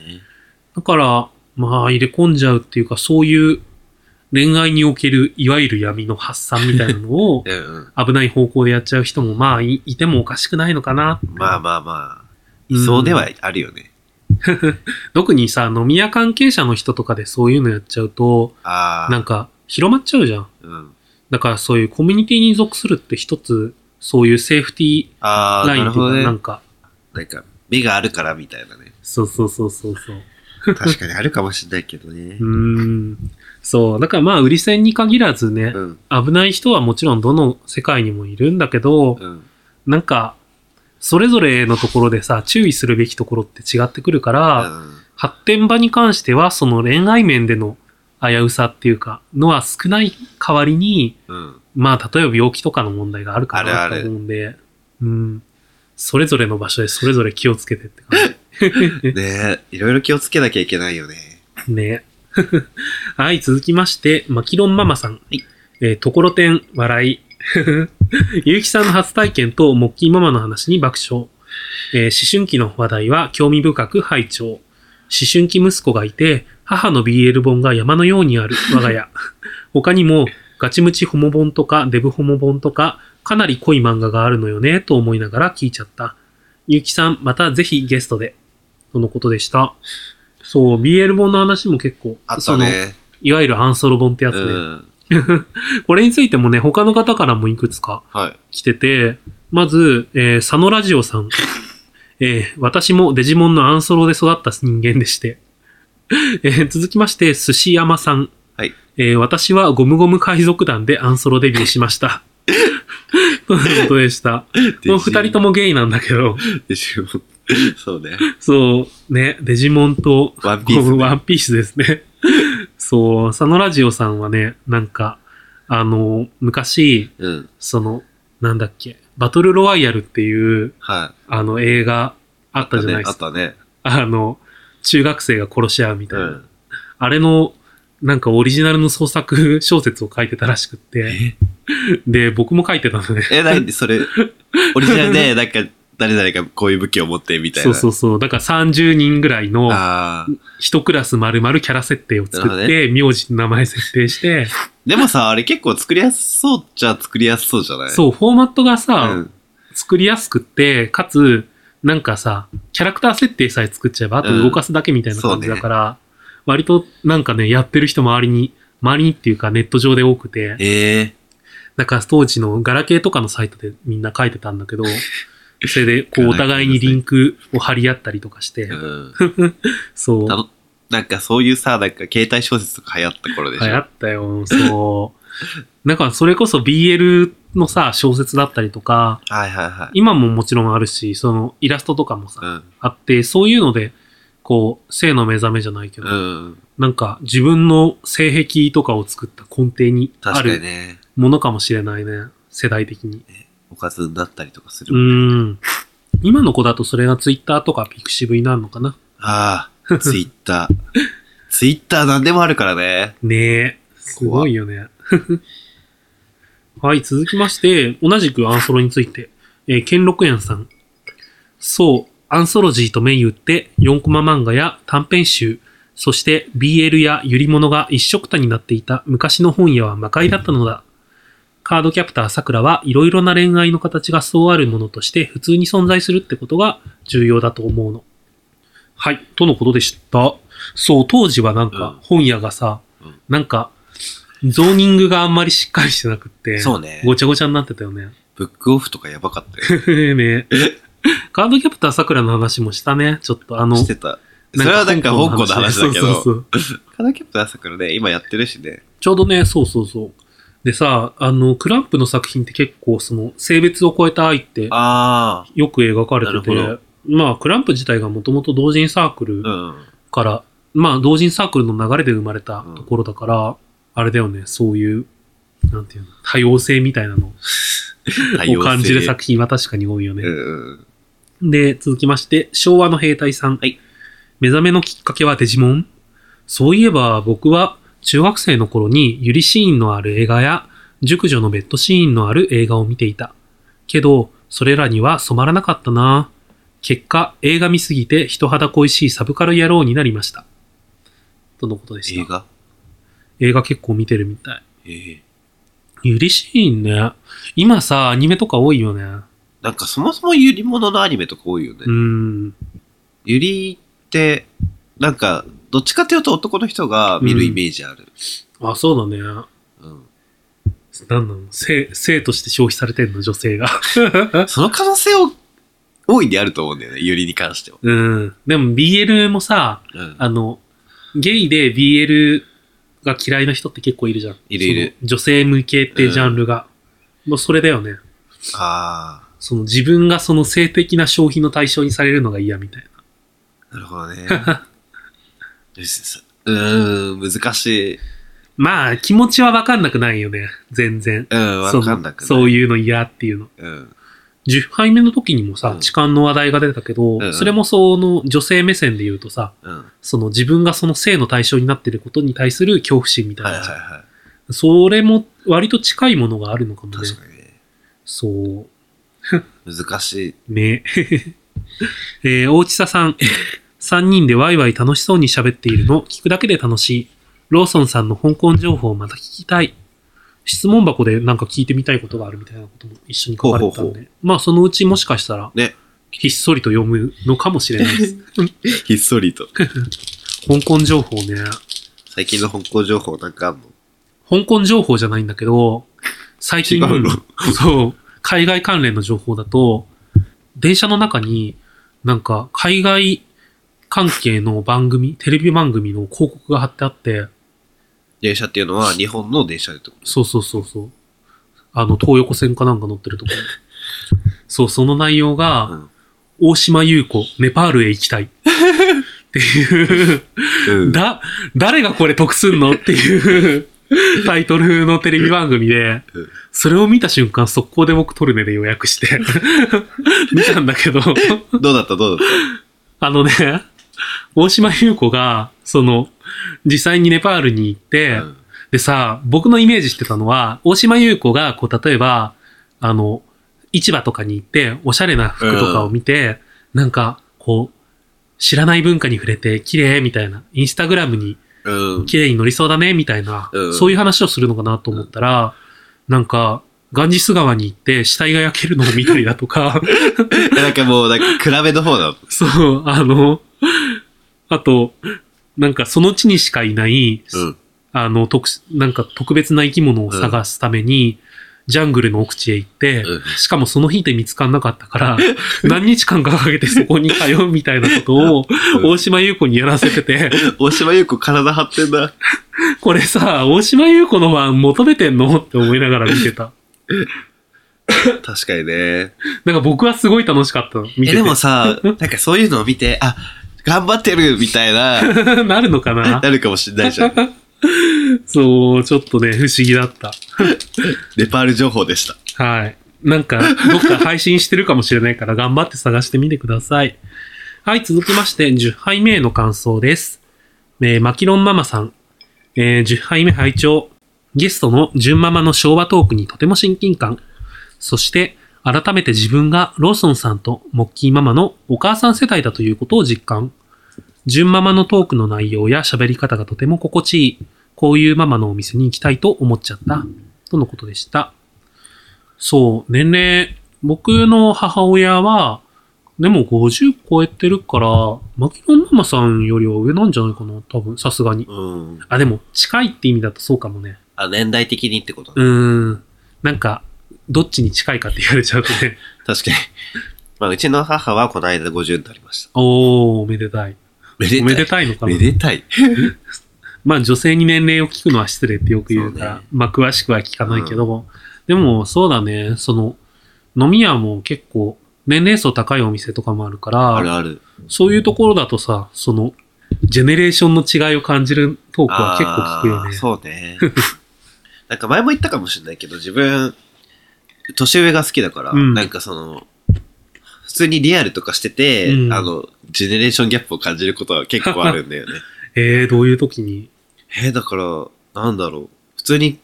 A: だから、まあ入れ込んじゃうっていうか、そういう恋愛におけるいわゆる闇の発散みたいなの を
B: うんうん。
A: 危ない方向でやっちゃう人もまあいいてもおかしくないのかな。
B: まあまあまあ、いそうではあるよね。
A: 特にさ、飲み屋関係者の人とかでそういうのやっちゃうと、
B: ああ。
A: なんか広まっちゃうじゃん。
B: うん。
A: だからそういうコミュニティに属するって一つ、そういうセーフティ
B: あ
A: ー
B: あ、
A: ライ
B: な
A: ン
B: る
A: と
B: ほ
A: か
B: どね。
A: な
B: なんん
A: か、
B: か、目があるからみたいな ね。
A: そうそうそうそうそう。
B: 確かにあるかもしれないけどね
A: う。ーんそう。だからまあ、売り線に限らずね
B: う、ん。
A: 危ない人はもちろんどの世界にもいるんだけど、
B: うん。
A: なんか、それぞれのところでさ、注意するべきところって違ってくるから、発展場に関しては、その恋愛面での危うさっていうか、のは少ない代わりに、
B: うん。
A: まあ、例えば病気とかの問題があるかな
B: ある
A: と
B: ある
A: 思うんで、うん。それぞれの場所でそれぞれ気をつけてって感じ。
B: ねえ、いろいろ気をつけなきゃいけないよね。
A: ね。はい、続きまして、マキロンママさん。
B: い
A: えーところてん、笑い。 ゆうきさんの初体験とモッキーママの話に爆笑。えー思春期の話題は興味深く拝聴。思春期息子がいて、母の BL 本が山のようにある我が家。 他にも、ガチムチホモ本とかデブホモ本とか、かなり濃い漫画があるのよね、と思いながら聞いちゃった。ゆうきさん、またぜひゲストで。とのことでした。そう、BL 本の話も結構、
B: あっ
A: そ
B: た
A: の、
B: ね。
A: いわゆるアンソロ本ってやつ
B: う
A: ね。
B: ん。
A: これについてもね、他の方からもいくつか
B: はい。
A: 来てて、まず、えー佐野ラジオさん。 えー私もデジモンのアンソロで育った人間でして。 えー続きまして、寿司山さん。
B: はい
A: えー私はゴムゴム海賊団でアンソロデビューしました。 ということでした。もう二人ともゲイなんだけど、
B: デジモン。 そうね。
A: そう、ね、デジモンと
B: ワンピースね
A: ワンピースですね。 そう、佐野ラジオさんはね、なんか、あの、昔、
B: うん。
A: その、なんだっけ、バトルロワイヤルっていう、
B: は
A: あの、映画あっ
B: い。
A: たじゃないで
B: あ
A: す
B: っ
A: か。
B: たね。
A: あの、中学生が殺し合うみた
B: う
A: いな。
B: ん。
A: あれの、なんかオリジナルの創作 小説を書いてたらしくって。で、僕も書いてたのね。
B: え、なんでそれ、オリジナ ルで、なんか、誰々がこういう武器を持って、みたい
A: そ
B: な。
A: うそうそう。だから30人ぐらいの、
B: ああ。
A: 一クラス丸々キャラ設定を
B: な
A: 作っ
B: る
A: て、名字の名前設定して、
B: でもさ、あれ結構作りやすそうっちゃ作りやすそうじゃない
A: そう、フォーマットがさ、
B: うん。
A: 作りやすくって、かつ、なんかさ、キャラクター設定さえ作っちゃえば、あと動かすだけみたいな感じだから、割となんかね、やってる人周りに、周りにっていうかネット上で多くて、
B: ええ
A: だから当時のガラケーとかのサイトでみんな書いてたんだけど、 それで、こう、お互いにリンクを貼り合ったりとかして、
B: うん。
A: そう。
B: たのなんかそういうさ、なんか携帯小説とか流行った頃でしょ。
A: 流行ったよ、そう。なんかそれこそ BL のさ、小説だったりとか、
B: はいはいはい。
A: 今ももちろんあるし、そのイラストとかもさ、
B: うん。
A: あって、そういうので、こう、性の目覚めじゃないけど、
B: うん。
A: なんか自分の性癖とかを作った根底にあ
B: 確かに
A: る
B: ね。
A: ものかもしれないね、世代的に。
B: おかずになったりとかす
A: う
B: る。
A: ーん。今の子だとそれが Twitter とか Pixiv になるのかな
B: ああ、ツイッター。ツイッター何でもあるからね。
A: ねえ。すごいよね。 はい、続きまして、同じくアンソロについて、えー、兼六園さん。そう、アンソロジーと銘打って、4コマ漫画や短編集、そして BL やゆり物が一色たになっていた昔の本屋は魔界だったのだ。カードキャプターさくらはいろいろな恋愛の形がそうあるものとして普通に存在するってことが重要だと思うの。はい、とのことでした。そう、当時はなん
B: うん
A: か本屋がさ、
B: うん
A: なんか、ゾーニングがあんまりしっかりしてなくって、
B: そうね。
A: ごちゃごちゃになってたよね。
B: ブックオフとかやばかったよ。
A: ねカードキャプターさくらの話もしたね、ちょっとあの、
B: してた。それはなんか香港の話だけ
A: そうそうそ
B: ど。
A: う
B: カナキャプターさからね、今やってるしね。
A: ちょうどね、そうそうそう。でさ、あの、クランプの作品って結構、その、性別を超えた愛って、
B: あ
A: よく描かれて
B: なる
A: て、まあ、クランプ自体がもともと同人サークル
B: あ。うん。
A: から、まあ、同人サークルの流れで生まれたところだから、あれだよね、そういう、なんていうの、多様性みたいなの
B: 多
A: を感じる
B: さ
A: 作品は確かに多いよね。
B: うん。
A: で、続きまして、昭和の兵隊さん。
B: はい
A: 目覚めのきっかけはデジモンそういえば、僕は中学生の頃にゆりシーンのある映画や、熟女のベッドシーンのある映画を見ていた。けど、それらには染まらなかったな結果、映画見すぎて人肌恋しいサブカル野郎になりました。とのことでした。
B: 映画
A: 映画結構見てるみたい。
B: ええ。
A: ゆりシーンね。今さ、アニメとか多いよね。
B: なんかそもそもゆりもののアニメとか多いよね。
A: うん。
B: ゆりって、なんか、どっちかというと男の人が見るイメージある。
A: あ、そうだね。
B: うん。
A: なんなの性、性として消費されてんの女性が。
B: その可能性を大いにあると思うんだよね、ゆりに関しては。
A: うん。でも BL もさ、
B: うん。
A: あの、ゲイで BL が嫌いな人って結構いるじゃん。
B: いるいる
A: その。女性向けってジャンルが。もうそれだよね。
B: あ
A: その自分がその性的な消費の対象にされるのが嫌みたいな。
B: あ、なるほど ね。よしさうーん、難しい。
A: まあ、気持ちはわかんなくないよね。全然。
B: うん、わかんなくない。
A: そのそういうの嫌っていうの。
B: うん。
A: 10杯目の時にもさ、
B: うん
A: 痴漢の話題が出たけど、
B: んうん
A: それもその女性目線で言うとさ、
B: うん。
A: その自分がその性の対象になってることに対する恐怖心みたい
B: はい
A: な
B: はい
A: やつ、
B: は
A: それも割と近いものがあるのかもね。
B: い。確かにね。
A: そう。
B: 難しい。
A: ね えー大地佐さん。3人でワイワイ楽しそうに喋っているの聞くだけで楽しい。ローソンさんの香港情報をまた聞きたい。質問箱でなんか聞いてみたいことがあるみたいなことも一緒に書かれてたんで。
B: ほうほう
A: まあそのうちもしかしたら、
B: ね。
A: ひっそりと読むのかもしれ ないです。
B: ひっそりと。
A: 香港情報ね。
B: 最近の香港情報なんかあんの
A: 香港情報じゃないんだけど、最
B: 違
A: 近、
B: うの
A: そう、海外関連の情報だと、電車の中に、なんか、海外関係の番組、テレビ番組の広告が貼ってあって、
B: 電車っていうのは日本の電車でってこ
A: そうそうそうそう。あの、東横線かなんか乗って るところ。そう、その内容が、
B: うん
A: 大島優子、ネパールへ行きたい。っていう、
B: と。うん。
A: だ、誰がこれ得すんのっていうタイトルのテレビ番組で、
B: うん
A: それを見た瞬間、速攻で僕トルネで予約して、 見たんだけど、
B: どうだったどうだっ
A: あのね、大島優子が、その、実際にネパールに行って、
B: た、うん
A: でさ、僕のイメージしてたのは、大島優子が、こう、例えば、あの、市場とかに行って、おしゃれな服とかを見て、なんか、こう、知らない文化に触れて、綺麗みたいな、インスタグラムに
B: うん。
A: 綺麗に乗りそうだね、みたいな、
B: うん
A: そういう話をするのかなと思ったら、なんか、ガンジス川に行って死体が焼けるのを見たりだと か、
B: えなんかもう、なんか比べの方だ。
A: そう、あの、あと、なんかその地にしかいない、
B: うん。
A: あの、特殊、なんか特別な生き物を探すために、ジャングルの奥地へ行って、
B: うん
A: しかもその日で見つかんなかった から、何日間かかけてそこに通うみたいなことを、
B: うん
A: 大島優子にやらせてて、
B: 大島優子体張ってんだ。
A: これさ、大島優子のファン求めてんのって思いながら見てた。
B: 確かにね。
A: なんか僕はすごい楽しかったの。見てて
B: え、でもさ、なんかそういうのを見て、あ、頑張ってるみたいな、
A: なるのかな
B: なるかもしんないじゃん。
A: そう、ちょっとね、不思議だった。
B: ネパール情報でした。
A: はい。なんか、どっか配信してるかもしれないから、頑張って探してみてください。はい、続きまして、10杯目への感想です。えー、マキロンママさん。えー、10杯目拝聴ゲストの純ママの昭和トークにとても親近感。そして、改めて自分がローソンさんとモッキーママのお母さん世代だということを実感。純ママのトークの内容や喋り方がとても心地いい。こういうママのお店に行きたいと思っちゃった。とのことでした。そう、年齢、僕の母親は、でも50超えてるから、マキロンママさんよりは上なんじゃないかな、多分、さすがに。
B: うん。
A: あ、でも、近いって意味だとそうかもね。
B: あ、年代的にってこと
A: う
B: ね。
A: ーん。なんか、どっちに近いかって言われちゃうと ね。
B: 確かに。まあ、うちの母はこの間50になりました。
A: おー、おめでたい。
B: めで
A: お
B: た
A: め
B: い。
A: でたいのかな
B: め。でたい。
A: まあ、女性に年齢を聞くのは失礼ってよく言うから、
B: そうね
A: まあ、詳しくは聞かないけど、でも、そうだね、その、飲み屋も結構、年齢層高いお店とかもあるから、
B: あるある。
A: そういうところだとさ、その、ジェネレーションの違いを感じるトークは結構聞くよ
B: あー
A: ね。
B: そうね。 なんか前も言ったかもしれないけど、自分、年上が好きだから、
A: うん
B: なんかその、普通にリアルとかしてて、
A: うん
B: あの、ジェネレーションギャップを感じることは結構あるんだよね。
A: えー、どういう時に
B: えーだから、なんだろう。普通に、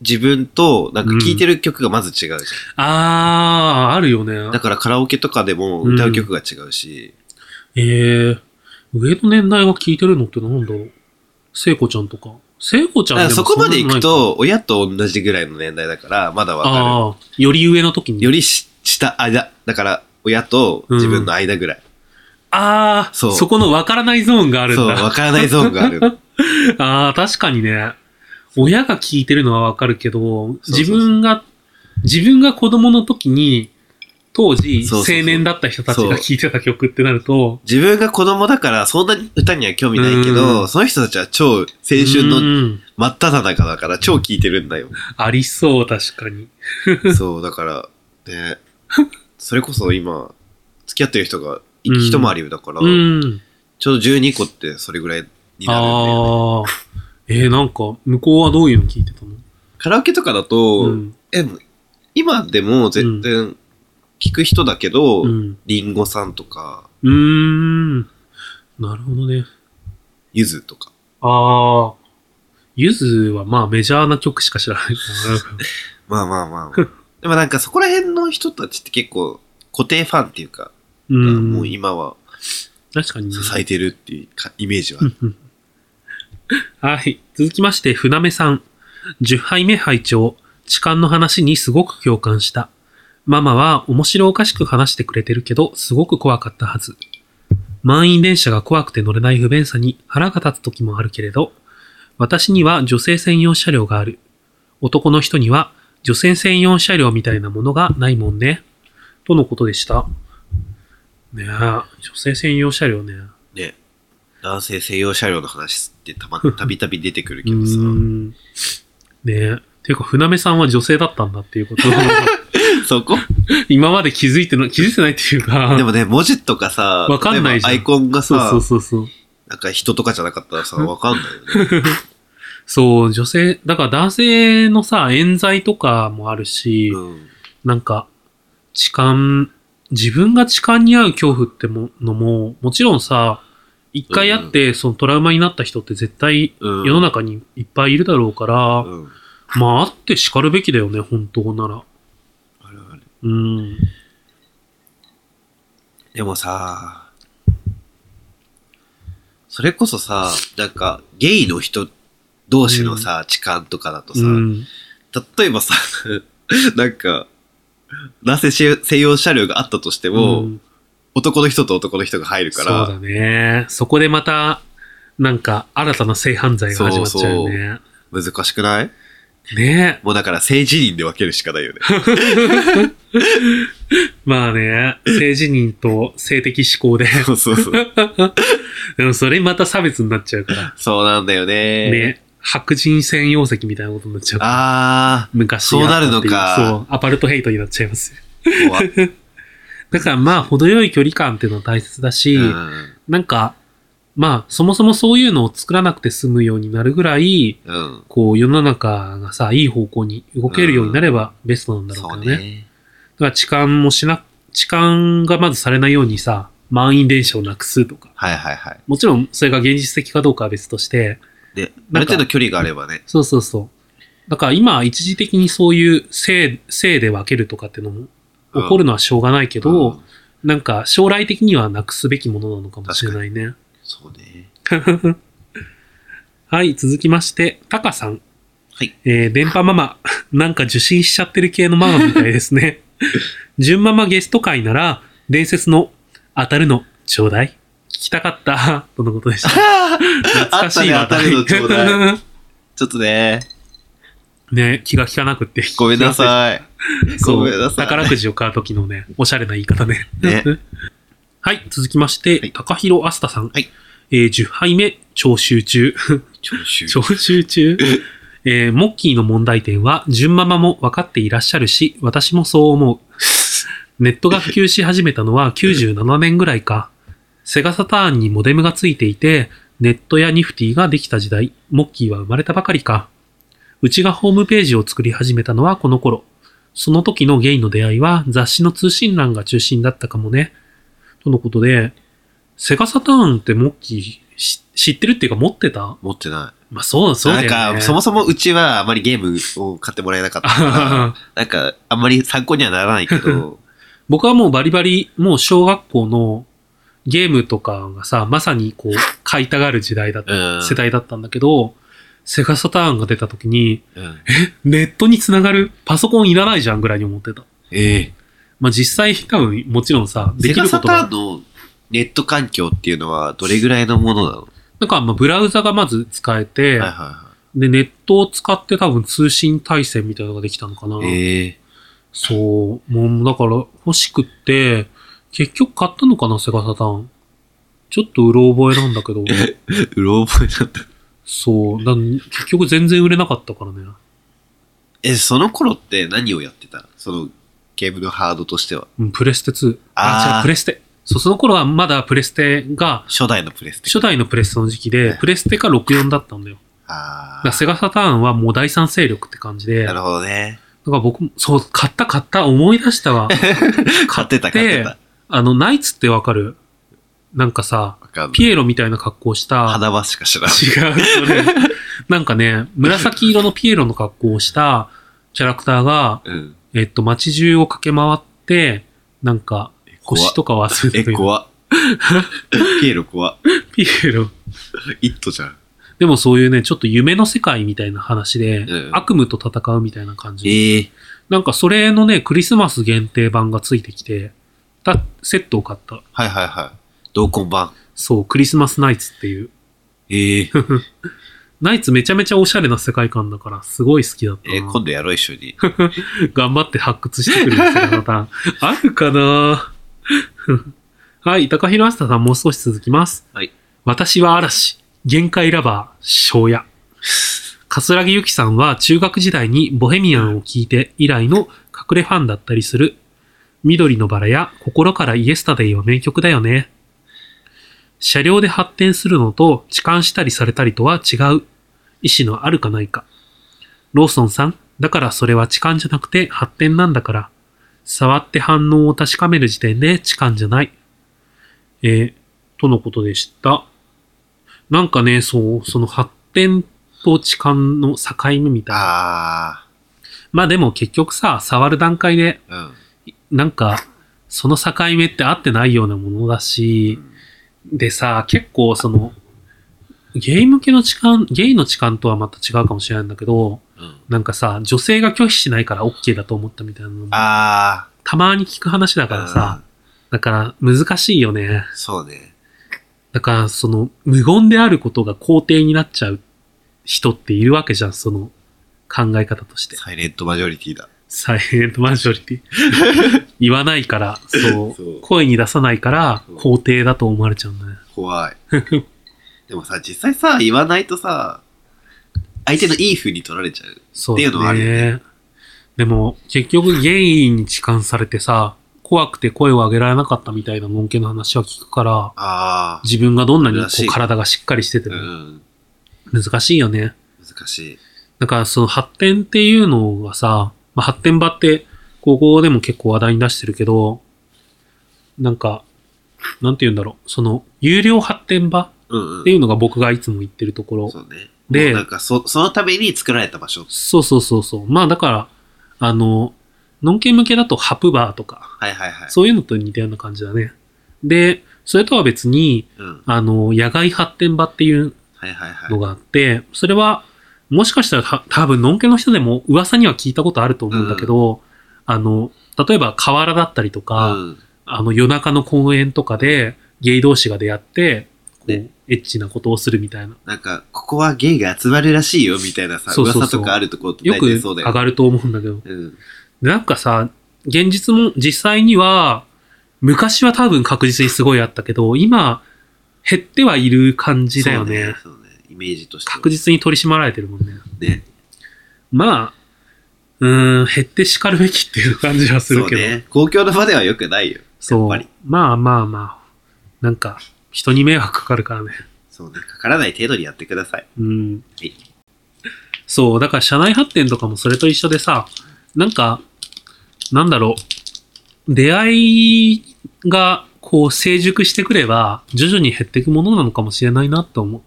B: 自分と、なんか聴いてる曲がまず違うじゃん。
A: あー、あるよね。
B: だからカラオケとかでも歌う曲が違うし、
A: えー、上の年代が聞いてるのってなんだろう聖子ちゃんとか。聖子ちゃ
B: だ
A: ん
B: か
A: で
B: ら
A: も
B: そこまで行く
A: そんなのないか、
B: と、親と同じぐらいの年代だから、まだわかる。
A: ああー、より上の時に。
B: よりし下、間。だから、親と自分の間ぐらい。
A: ああ、
B: そう
A: そこの分からないゾーンがあるん
B: そう、
A: だ。
B: わからないゾーンが ある。
A: ああ、確かにね。親が聞いてるのはわかるけど、
B: そうそう
A: 自分が、自分が子供の時に、当時、
B: そうそうそう
A: 青年だった人たちが聴いてた曲ってなると、
B: 自分が子供だから、そんなに歌には興味ないけ
A: う
B: ど、
A: ん
B: その人たちは超青
A: う
B: 春の
A: ん
B: 真っ只中だから、超聴いてるん だよ。
A: ありそう、確かに。
B: そう、だから、ね、それこそ今、付き合ってる人が
A: うん
B: 一回り上だから、
A: うん。
B: ちょうど12個ってそれぐらいになるんだよね。
A: ああ。えー、なんか、向こうはどういうの聞いてたの
B: カラオケとかだと、
A: うん。
B: え今でも全然聞く人だけど、
A: うん。
B: リンゴさんとか、
A: うーん。なるほどね。
B: ゆずとか、
A: ああ。ゆずはまあメジャーな曲しか知らないから
B: まあまあまあ。でもなんかそこら辺の人たちって結構固定ファンっていうか、
A: うん。
B: もう今は
A: 確かにね、
B: 支えてるっていうかイメージはあ
A: う
B: る。
A: んうんはい。続きまして、船目さん。10杯目拝聴痴漢の話にすごく共感した。ママは面白おかしく話してくれてるけど、すごく怖かったはず。満員電車が怖くて乗れない不便さに腹が立つ時もあるけれど、私には女性専用車両がある。男の人には女性専用車両みたいなものがないもんね。とのことでした。ねえ、女性専用車両ね。
B: ね。男性専用車両の話ってたま、たびたび出てくるけど
A: う
B: さ。
A: ーんねえ。ていうか、船目さんは女性だったんだっていう ことを、
B: そこ
A: 今まで気づいてな、気づいてないっていうか、
B: でもね、文字とかさ、
A: わかんないじゃん
B: 例えばアイコンが
A: そう
B: さ
A: そう、そうそう。
B: なんか人とかじゃなかったらさ、わかんない よね。
A: そう、女性、だから男性のさ、冤罪とかもあるし、
B: うん。
A: なんか、痴漢、自分が痴漢に遭う恐怖ってものも、もちろんさ、一回あって、そのトラウマになった人って絶対
B: うん
A: 世の中にいっぱいいるだろうから、
B: うん。
A: まああって叱るべきだよね、本当なら。
B: あるある。
A: うん。
B: でもさ、それこそさ、なんか、ゲイの人同士のさ、痴漢とかだとさ、
A: うん。
B: 例えばさ、 なんか、なぜ専用車両があったとしても、
A: うん
B: 男の人と男の人が入るから、
A: そうだね。そこでまた、なんか、新たな性犯罪が始まっちゃうよね。
B: 難しくない
A: ね
B: もうだから性自認で分けるしかない よね。
A: まあね、性自認と性的思考で。
B: そうそうそう。
A: でもそれまた差別になっちゃうから。
B: そうなんだよね。
A: ね。白人専用席みたいなことになっちゃう。
B: あ
A: 昔やったってい
B: そうなるの
A: そう、アパルトヘイトになっちゃいますよ。
B: ー、怖い。
A: だからまあ、程よい距離感って いうのは大切だし、
B: うん。
A: なんか、まあ、そもそもそういうのを作らなくて済むようになるぐらい、
B: うん。
A: こう、世の中がさ、いい方向に動けるようになればベストなんだろう
B: そ
A: け
B: う
A: どね。
B: ね。
A: だから痴漢もしな、痴漢がまずされないようにさ、満員電車をなくすとか。
B: はいはいはい。
A: もちろん、それが現実的かどうかは別として。
B: で、あ
A: なん
B: る
A: か
B: 程度距離があればね。
A: そうそうそう。だから今、一時的にそういう性、性で分けるとかってのも、起こるのはしょうがないけど、
B: うん
A: なんか将来的にはなくすべきものなのかもしれないね。
B: そうね。
A: はい、続きまして、タカさん。
B: はい。
A: えー電波マ マ、なんか受信しちゃってる系のママみたいです ね。純ママゲスト会なら、伝説の当たるのちょうだい。聞きたかった、 とのことでした。 懐かしい
B: あったね当たるのちょうだちょっとね、
A: ね、気が利かなくって。
B: ごめんなさい。
A: そう
B: ごめんなさい
A: 宝くじを買う時のね、おしゃれな言い方ね。
B: ね
A: はい、続きまして、
B: はい
A: 高弘あすたさん。
B: はい
A: えー10杯目、徴収中。
B: 聴取
A: 徴収中えーモッキーの問題点は、純ママも分かっていらっしゃるし、私もそう思う。ネットが普及し始めたのは97年ぐらいか。セガサターンにモデムがついていて、ネットやニフティができた時代、モッキーは生まれたばかりか。うちがホームページを作り始めたのはこの頃。その時のゲイの出会いは雑誌の通信欄が中心だったかもね。とのことで、セガサターンってモッキーし知ってるっていうか持ってた
B: 持ってない。
A: まあそう、そうだよね。
B: なんか、そもそもうちはあまりゲームを買ってもらえなかったか
A: あ
B: ら、なんか、あんまり参考にはならない けど、
A: 僕はもうバリバリ、もう小学校のゲームとかがさ、まさにこう、買いたがる時代だっ
B: う
A: た、
B: ん。
A: 世代だったんだけど、セガサターンが出た時に、
B: うん。
A: ネットにつながるパソコンいらないじゃんぐらいに思ってた。
B: ええ。
A: まあ実際多分もちろんさ、で
B: セ
A: き
B: ガ
A: るこ
B: サ
A: と
B: タ
A: が
B: ーン。のネット環境っていうのはどれぐらいのものなの
A: なんかまあブラウザがまず使えて、
B: はいは
A: で、ネットを使って多分通信対戦みたいなのができたのかな。
B: いはい。ええ。
A: そう。もう、だから、欲しくって、結局買ったのかな、セガサタン。ちょっとうろ覚えなんだけど。
B: うろ覚えだった。
A: そう。なん結局全然売れなかったからね。
B: え、その頃って何をやってたそのゲームのハードとしては。
A: うん、プレステ2。
B: あー
A: 違う、プレステ。そう、その頃はまだプレステが、
B: 初代のプレステ。
A: 初代のプレステの時期で、プレステか64だったんだよ。だか
B: あ
A: らセガサターンはもう第三勢力って感じで。
B: あ。
A: だ
B: な
A: か
B: るほどね。
A: ら僕も、そう、買った買った、思い出した わ。
B: 買ってた買ってた。
A: あの、ナイツってわかるなんかさ、
B: わかんない。
A: ピエロみたいな格好した。
B: 花輪しか知らない。
A: 違う、それ。なんかね、紫色のピエロの格好をした、キャラクターが、
B: うん。
A: えっと、街中を駆け回って、なんか、星とかを集め
B: え、
A: てる。
B: 怖っ。 ピエロ怖っ。
A: ピエロ。
B: イットじゃん。
A: でもそういうね、ちょっと夢の世界みたいな話で、
B: うん
A: 悪夢と戦うみたいな感じ。
B: ええ
A: なんかそれのね、クリスマス限定版がついてきて、たセットを買った。
B: はいはいはい。同梱版。
A: そう、クリスマスナイツっていう。
B: ええ
A: ナイツめちゃめちゃおしゃれな世界観だから、すごい好きだったな。
B: えー今度やろう一緒 に。
A: 頑張って発掘してくるんですよ、あなた。あるかな はい、高弘明さんもう少し続きます。
B: はい。
A: 私は嵐、限界ラバー、庄屋。葛城ゆきさんは中学時代にボヘミアンを聴いて以来の隠れファンだったりする。緑のバラや心からイエスタデイは名曲だよね。車両で発展するのと痴漢したりされたりとは違う。意志のあるかないか。ローソンさん、だからそれは痴漢じゃなくて発展なんだから。触って反応を確かめる時点で痴漢じゃない。えーとのことでした。なんかね、そう、その発展と痴漢の境目みたいな。
B: あ
A: まあでも結局さ、触る段階で、
B: あ。うん。
A: なんか、その境目って合ってないようなものだし、でさ、結構その、ゲイ向けの痴漢、ゲイの痴漢とはまた違うかもしれないんだけど、
B: うん。
A: なんかさ、女性が拒否しないから OK だと思ったみたいなのも
B: ああ。
A: たまに聞く話だからさ、だから難しいよね。
B: うん。そうね。
A: だからその無言であることが肯定になっちゃう人っているわけじゃん、その考え方として。
B: サイレントマジョリティだ。
A: サイレントマジョリティ。 言わないから、そう、
B: そう
A: 声に出さないから
B: そう
A: 肯定だと思われちゃうんだね。
B: 怖い。でもさ、実際さ、言わないとさ、相手のいい風に取られちゃう。
A: そう
B: っていうのは
A: だ
B: あるよ
A: ね。でも結局ゲイに痴漢されてさ、怖くて声を上げられなかったみたいなのんけの話は聞くから、
B: ああ。
A: 自分がどんなにこ
B: 難し
A: う
B: い
A: 体がしっかりしてて
B: う
A: も
B: ん。
A: 難しいよね。
B: 難しい。
A: だからその発展っていうのはさ、まあ、発展場って高校でも結構話題に出してるけど、なんか、なんて言うんだろう。その、有料発展場っ
B: うんうん。
A: ていうのが僕がいつも言ってるところ。
B: そうね。
A: で
B: で、なんかそ、そのために作られた場所。
A: そうそうそうそう。まあだから、あの、ノンケ向けだとハプバーとか、
B: はいはいはい。
A: そういうのと似たような感じだね。で、それとは別に、
B: うん。
A: あの、野外発展場っていう
B: はいはいはい。
A: のがあって、それは、もしかしたらた多分、のんけの人でも噂には聞いたことあると思うんだけど、あの、例えば河原だったりとか、
B: うん。
A: あの夜中の公園とかでゲイ同士が出会って、こう、
B: ね
A: エッチなことをするみたいな。
B: なんか、ここはゲイが集まるらしいよ、みたいなさ、
A: そうそうそう
B: 噂とかあるところって
A: よ
B: 大
A: く
B: 体そう
A: 上
B: だよね。
A: がると思うんだけど。
B: うん。
A: でなんかさ、現実も実際には、昔は多分確実にすごいあったけど、今、減ってはいる感じだよね。
B: そうね。そうねイメージとしては。
A: 確実に取り締まられてるもんね。
B: ね。
A: まあ、うーん、減ってしかるべきっていう感じはする
B: そう
A: けど。
B: ね。公共の場では良くないよ。
A: そう,、
B: やっぱり
A: まあまあまあ。なんか、人に迷惑かかるからね。
B: そうね。かからない程度にやってください。
A: うん
B: はい。
A: そう、だから社内発展とかもそれと一緒でさ、なんか、なんだろう。出会いが、こう、成熟してくれば、徐々に減っていくものなのかもしれないなと思う。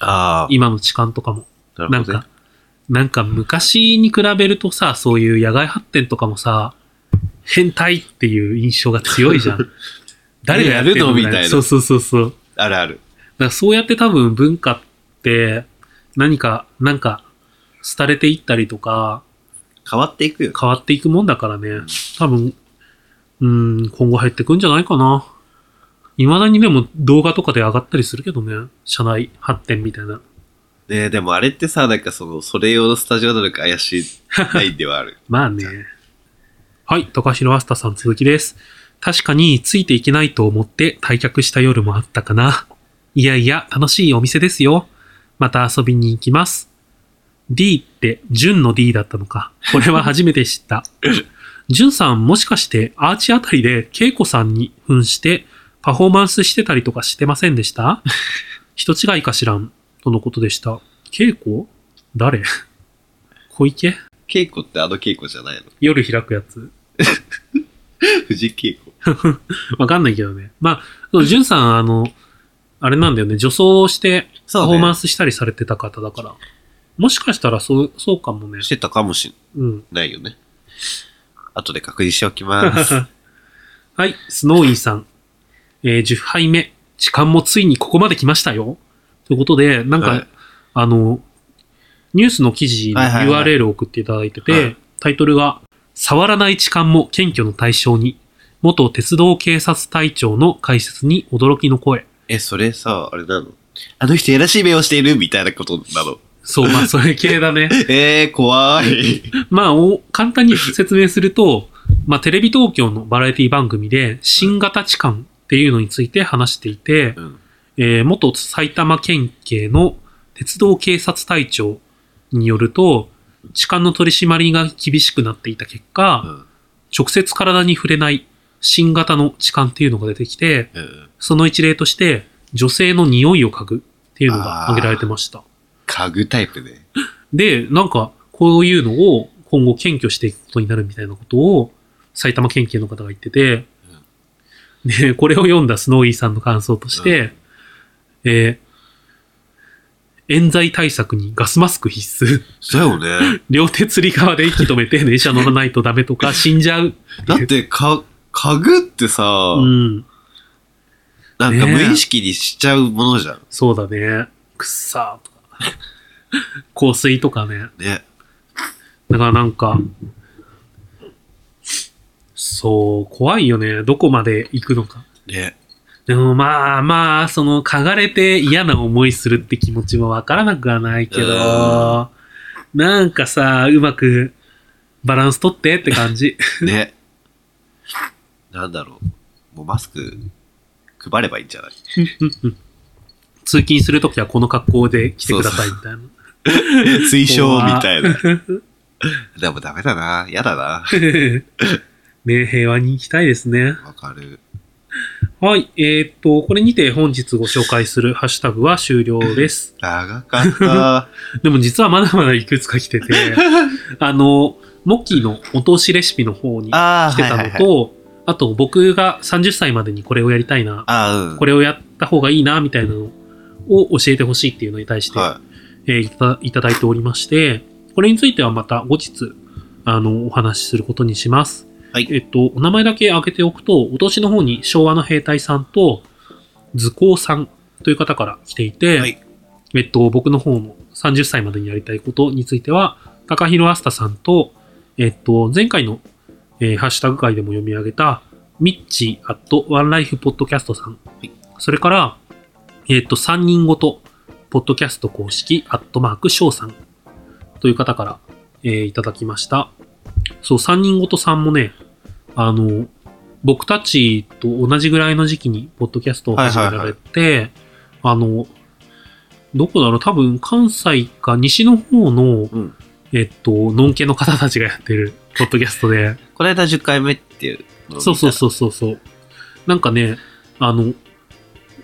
B: あ
A: 今の痴漢とかも。
B: あ。
A: なんか、なんか昔に比べるとさ、そういう野外発展とかもさ、変態っていう印象が強いじゃ ん。誰がやってるの
B: やるのみたいな
A: そうそうそうそう。だか
B: あるある。
A: らそうやって多分文化って何か、なんか、廃れていったりとか、
B: 変わっていくよ。
A: 変わっていくもんだからね
B: ん。
A: 多分、うん、今後入ってくんじゃないかな。未だにでも動画とかで上がったりするけどね。社内発展みたいな。
B: ねでもあれってさ、なんかその、それ用のスタジオなのか怪しいラインではある。
A: まあね。はい、高城アスタさん続きです。確かについていけないと思って退却した夜もあったかな。いやいや、楽しいお店ですよ。また遊びに行きます。D って、純の D だったのか。これは初めて知った。純さんもしかしてアーチあたりで恵子さんに扮してパフォーマンスしてたりとかしてませんでした人違いかしらん。とのことでした。恵子誰小池
B: 稽古ってあの稽古じゃないの
A: 夜開くやつ。
B: 藤井稽古。
A: わかんないけどね。まあ、その、ジュンさん、あの、あれなんだよね、女装をして、パ
B: そうね
A: フォーマンスしたりされてた方だから。もしかしたらそう、そうかもね
B: し。てたかもし
A: うん。
B: れないよね。後で確認しておきます。
A: はい、スノーイーさん。えー10杯目。時間もついにここまで来ましたよ。ということで、なんか、
B: はい
A: あの、ニュースの記事の
B: はいはいはい
A: URL を送っていただいてて、
B: はい
A: タイトルが、触らない痴漢も検挙の対象に、元鉄道警察隊長の解説に驚きの声。
B: え、それさ、あれなのあの人やらしい目をしているみたいなことな の。
A: そう、まあ、それ系だね。
B: えー、怖い。
A: まあお、簡単に説明すると、まあ、テレビ東京のバラエティ番組で、新型痴漢っていうのについて話していて、
B: うん。
A: えー元埼玉県警の鉄道警察隊長によると、痴漢の取り締まりが厳しくなっていた結果、
B: うん。
A: 直接体に触れない新型の痴漢っていうのが出てきて、
B: うん。
A: その一例として、女性の匂いを嗅ぐっていうのが挙げられてました。
B: 家具タイプね。
A: で、なんか、こういうのを今後検挙していくことになるみたいなことを、埼玉県警の方が言ってて、で、これを読んだスノーイーさんの感想として、えー冤罪対策にガスマスク必須。
B: そうよね。
A: 両手釣り革で息止めて電車乗らないとダメと か死んじゃう。
B: だって、か、家具ってさ、
A: うん。
B: なんか
A: ね
B: 無意識にしちゃうものじゃん。
A: そうだね。くっさーとか。香水とかね。
B: ね。
A: だからなんか、そう、怖いよね。どこまで行くのか。
B: ね。
A: でもまあまあ、その、嗅がれて嫌な思いするって気持ちもわからなくはないけ
B: うん
A: ど、なんかさ、うまくバランス取ってって感じ。
B: ね。なんだろう。もうマスク、配ればいいんじ ゃない
A: 通勤するときはこの格好で来てくださいみたいな。
B: 推奨みたいな。 でもダメだな。嫌だな。
A: ね平和に行きたいですね。
B: わかる。
A: はい。えーっと、これにて本日ご紹介するハッシュタグは終了です。
B: 長か った。
A: でも実はまだまだいくつか来てて、あの、モッキーのお通しレシピの方に来
B: ああ、
A: て
B: はい
A: た
B: はい
A: の
B: はい。
A: と、あと僕が30歳までにこれをやりたいな、
B: ああ、うん。
A: これをやった方がいいな、みたいなのを教えてほしいっていうのに対して、
B: はい
A: えーいたいただいておりまして、これについてはまた後日、あの、お話しすることにします。
B: はい
A: えっと、お名前だけ挙げておくと、お年の方に昭和の兵隊さんと、図工さんという方から来ていて、
B: はい
A: えっと、僕の方の30歳までにやりたいことについては、高弘あすたさんと、えっと、前回の、えーハッシュタグ会でも読み上げた、ミッチーアットワンライフポッドキャストさん。
B: い
A: それから、えっと、3人ごと、ポッドキャスト公式、アットマーク、翔さんという方から、えーいただきました。そう、3人ごとさんもね、あの、僕たちと同じぐらいの時期に、ポッドキャストを始められて、あの、どこだろう、多分、関西か西の方の、
B: うん
A: えっと、のんけの方たちがやってる、ポッドキャストで、
B: この間10回目っていうのを見た
A: そうそうそうそうそう。なんかね、あの、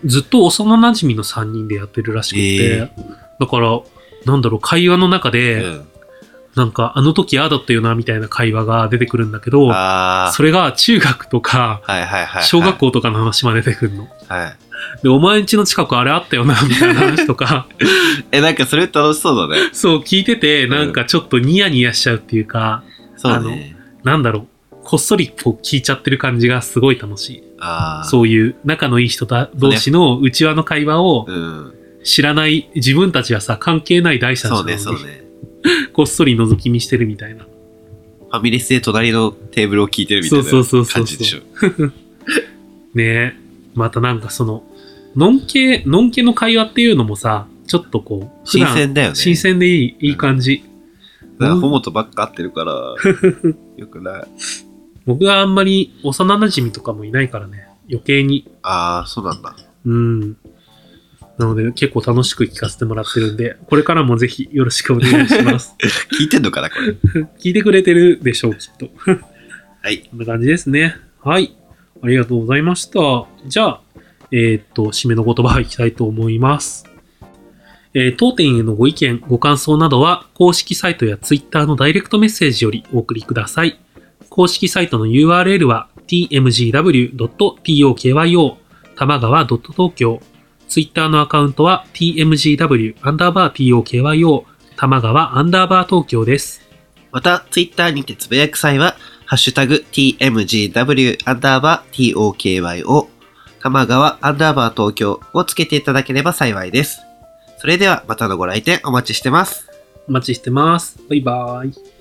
A: ずっと幼馴染の3人でやってるらしくて、
B: え
A: だから、なんだろう、会話の中
B: う
A: で、
B: ん。
A: なんか、あの時ああだったよな、みたいな会話が出てくるんだけど、
B: あ
A: それが中学とか、
B: あ、はいはいはいはい。
A: 小学校とかの話まで出てくるの。
B: はい。
A: で、お前んちの近くあれあったよな、みたいな話と か、
B: え、なんかそれ楽しそうだね。
A: そう聞いてて、なんかちょっとニヤニヤしちゃうっていうか、
B: そうね。
A: なんだろう、こっそりこう聞いちゃってる感じがすごい楽しい。
B: ああ。う。
A: そういう仲のいい人た同士の内輪の会話を
B: うん。
A: 知らない自分たちはさ、関係ない第三者
B: そうね、
A: な
B: そ
A: の
B: う
A: に、
B: ね。
A: こっそり覗き見してるみたいな。
B: ファミレスで隣のテーブルを聞いてるみたいな
A: そうそうそうそう
B: 感じでしょ。
A: ねえ。またなんかその、のんけ、のんけの会話っていうのもさ、ちょっとこう、普
B: 新
A: 段
B: 鮮だよね。
A: 新鮮でいい、いい感じ。
B: だからホモとばっか合ってるから、よくない。
A: 僕はあんまり幼馴染とかもいないからね、余計に。
B: ああ、そうなんだ。
A: うん。なので結構楽しく聞かせてもらってるんで、これからもぜひよろしくお願いします。
B: 聞いてんのかな、これ。
A: 聞いてくれてるでしょう、きっと。
B: はい。
A: こんな感じですね。はい。ありがとうございました。じゃあ、えーっと、締めの言葉いきたいと思います。えー当店へのご意見、ご感想などは、公式サイトや Twitter のダイレクトメッセージよりお送りください。公式サイトの URL は、tmgw.tokyo、玉川 .tokyo。Twitter のアカウントは、tmgw.tokyo、玉川アンダーバー東京です。
B: また、ツイッターにてつぶやく際は、ハッシュタグ tmgw アンダーバー tokyo 玉川アンダーバー東京をつけていただければ幸いです。それではまたのご来店お待ちしてます。
A: お待ちしてます。バイバーイ。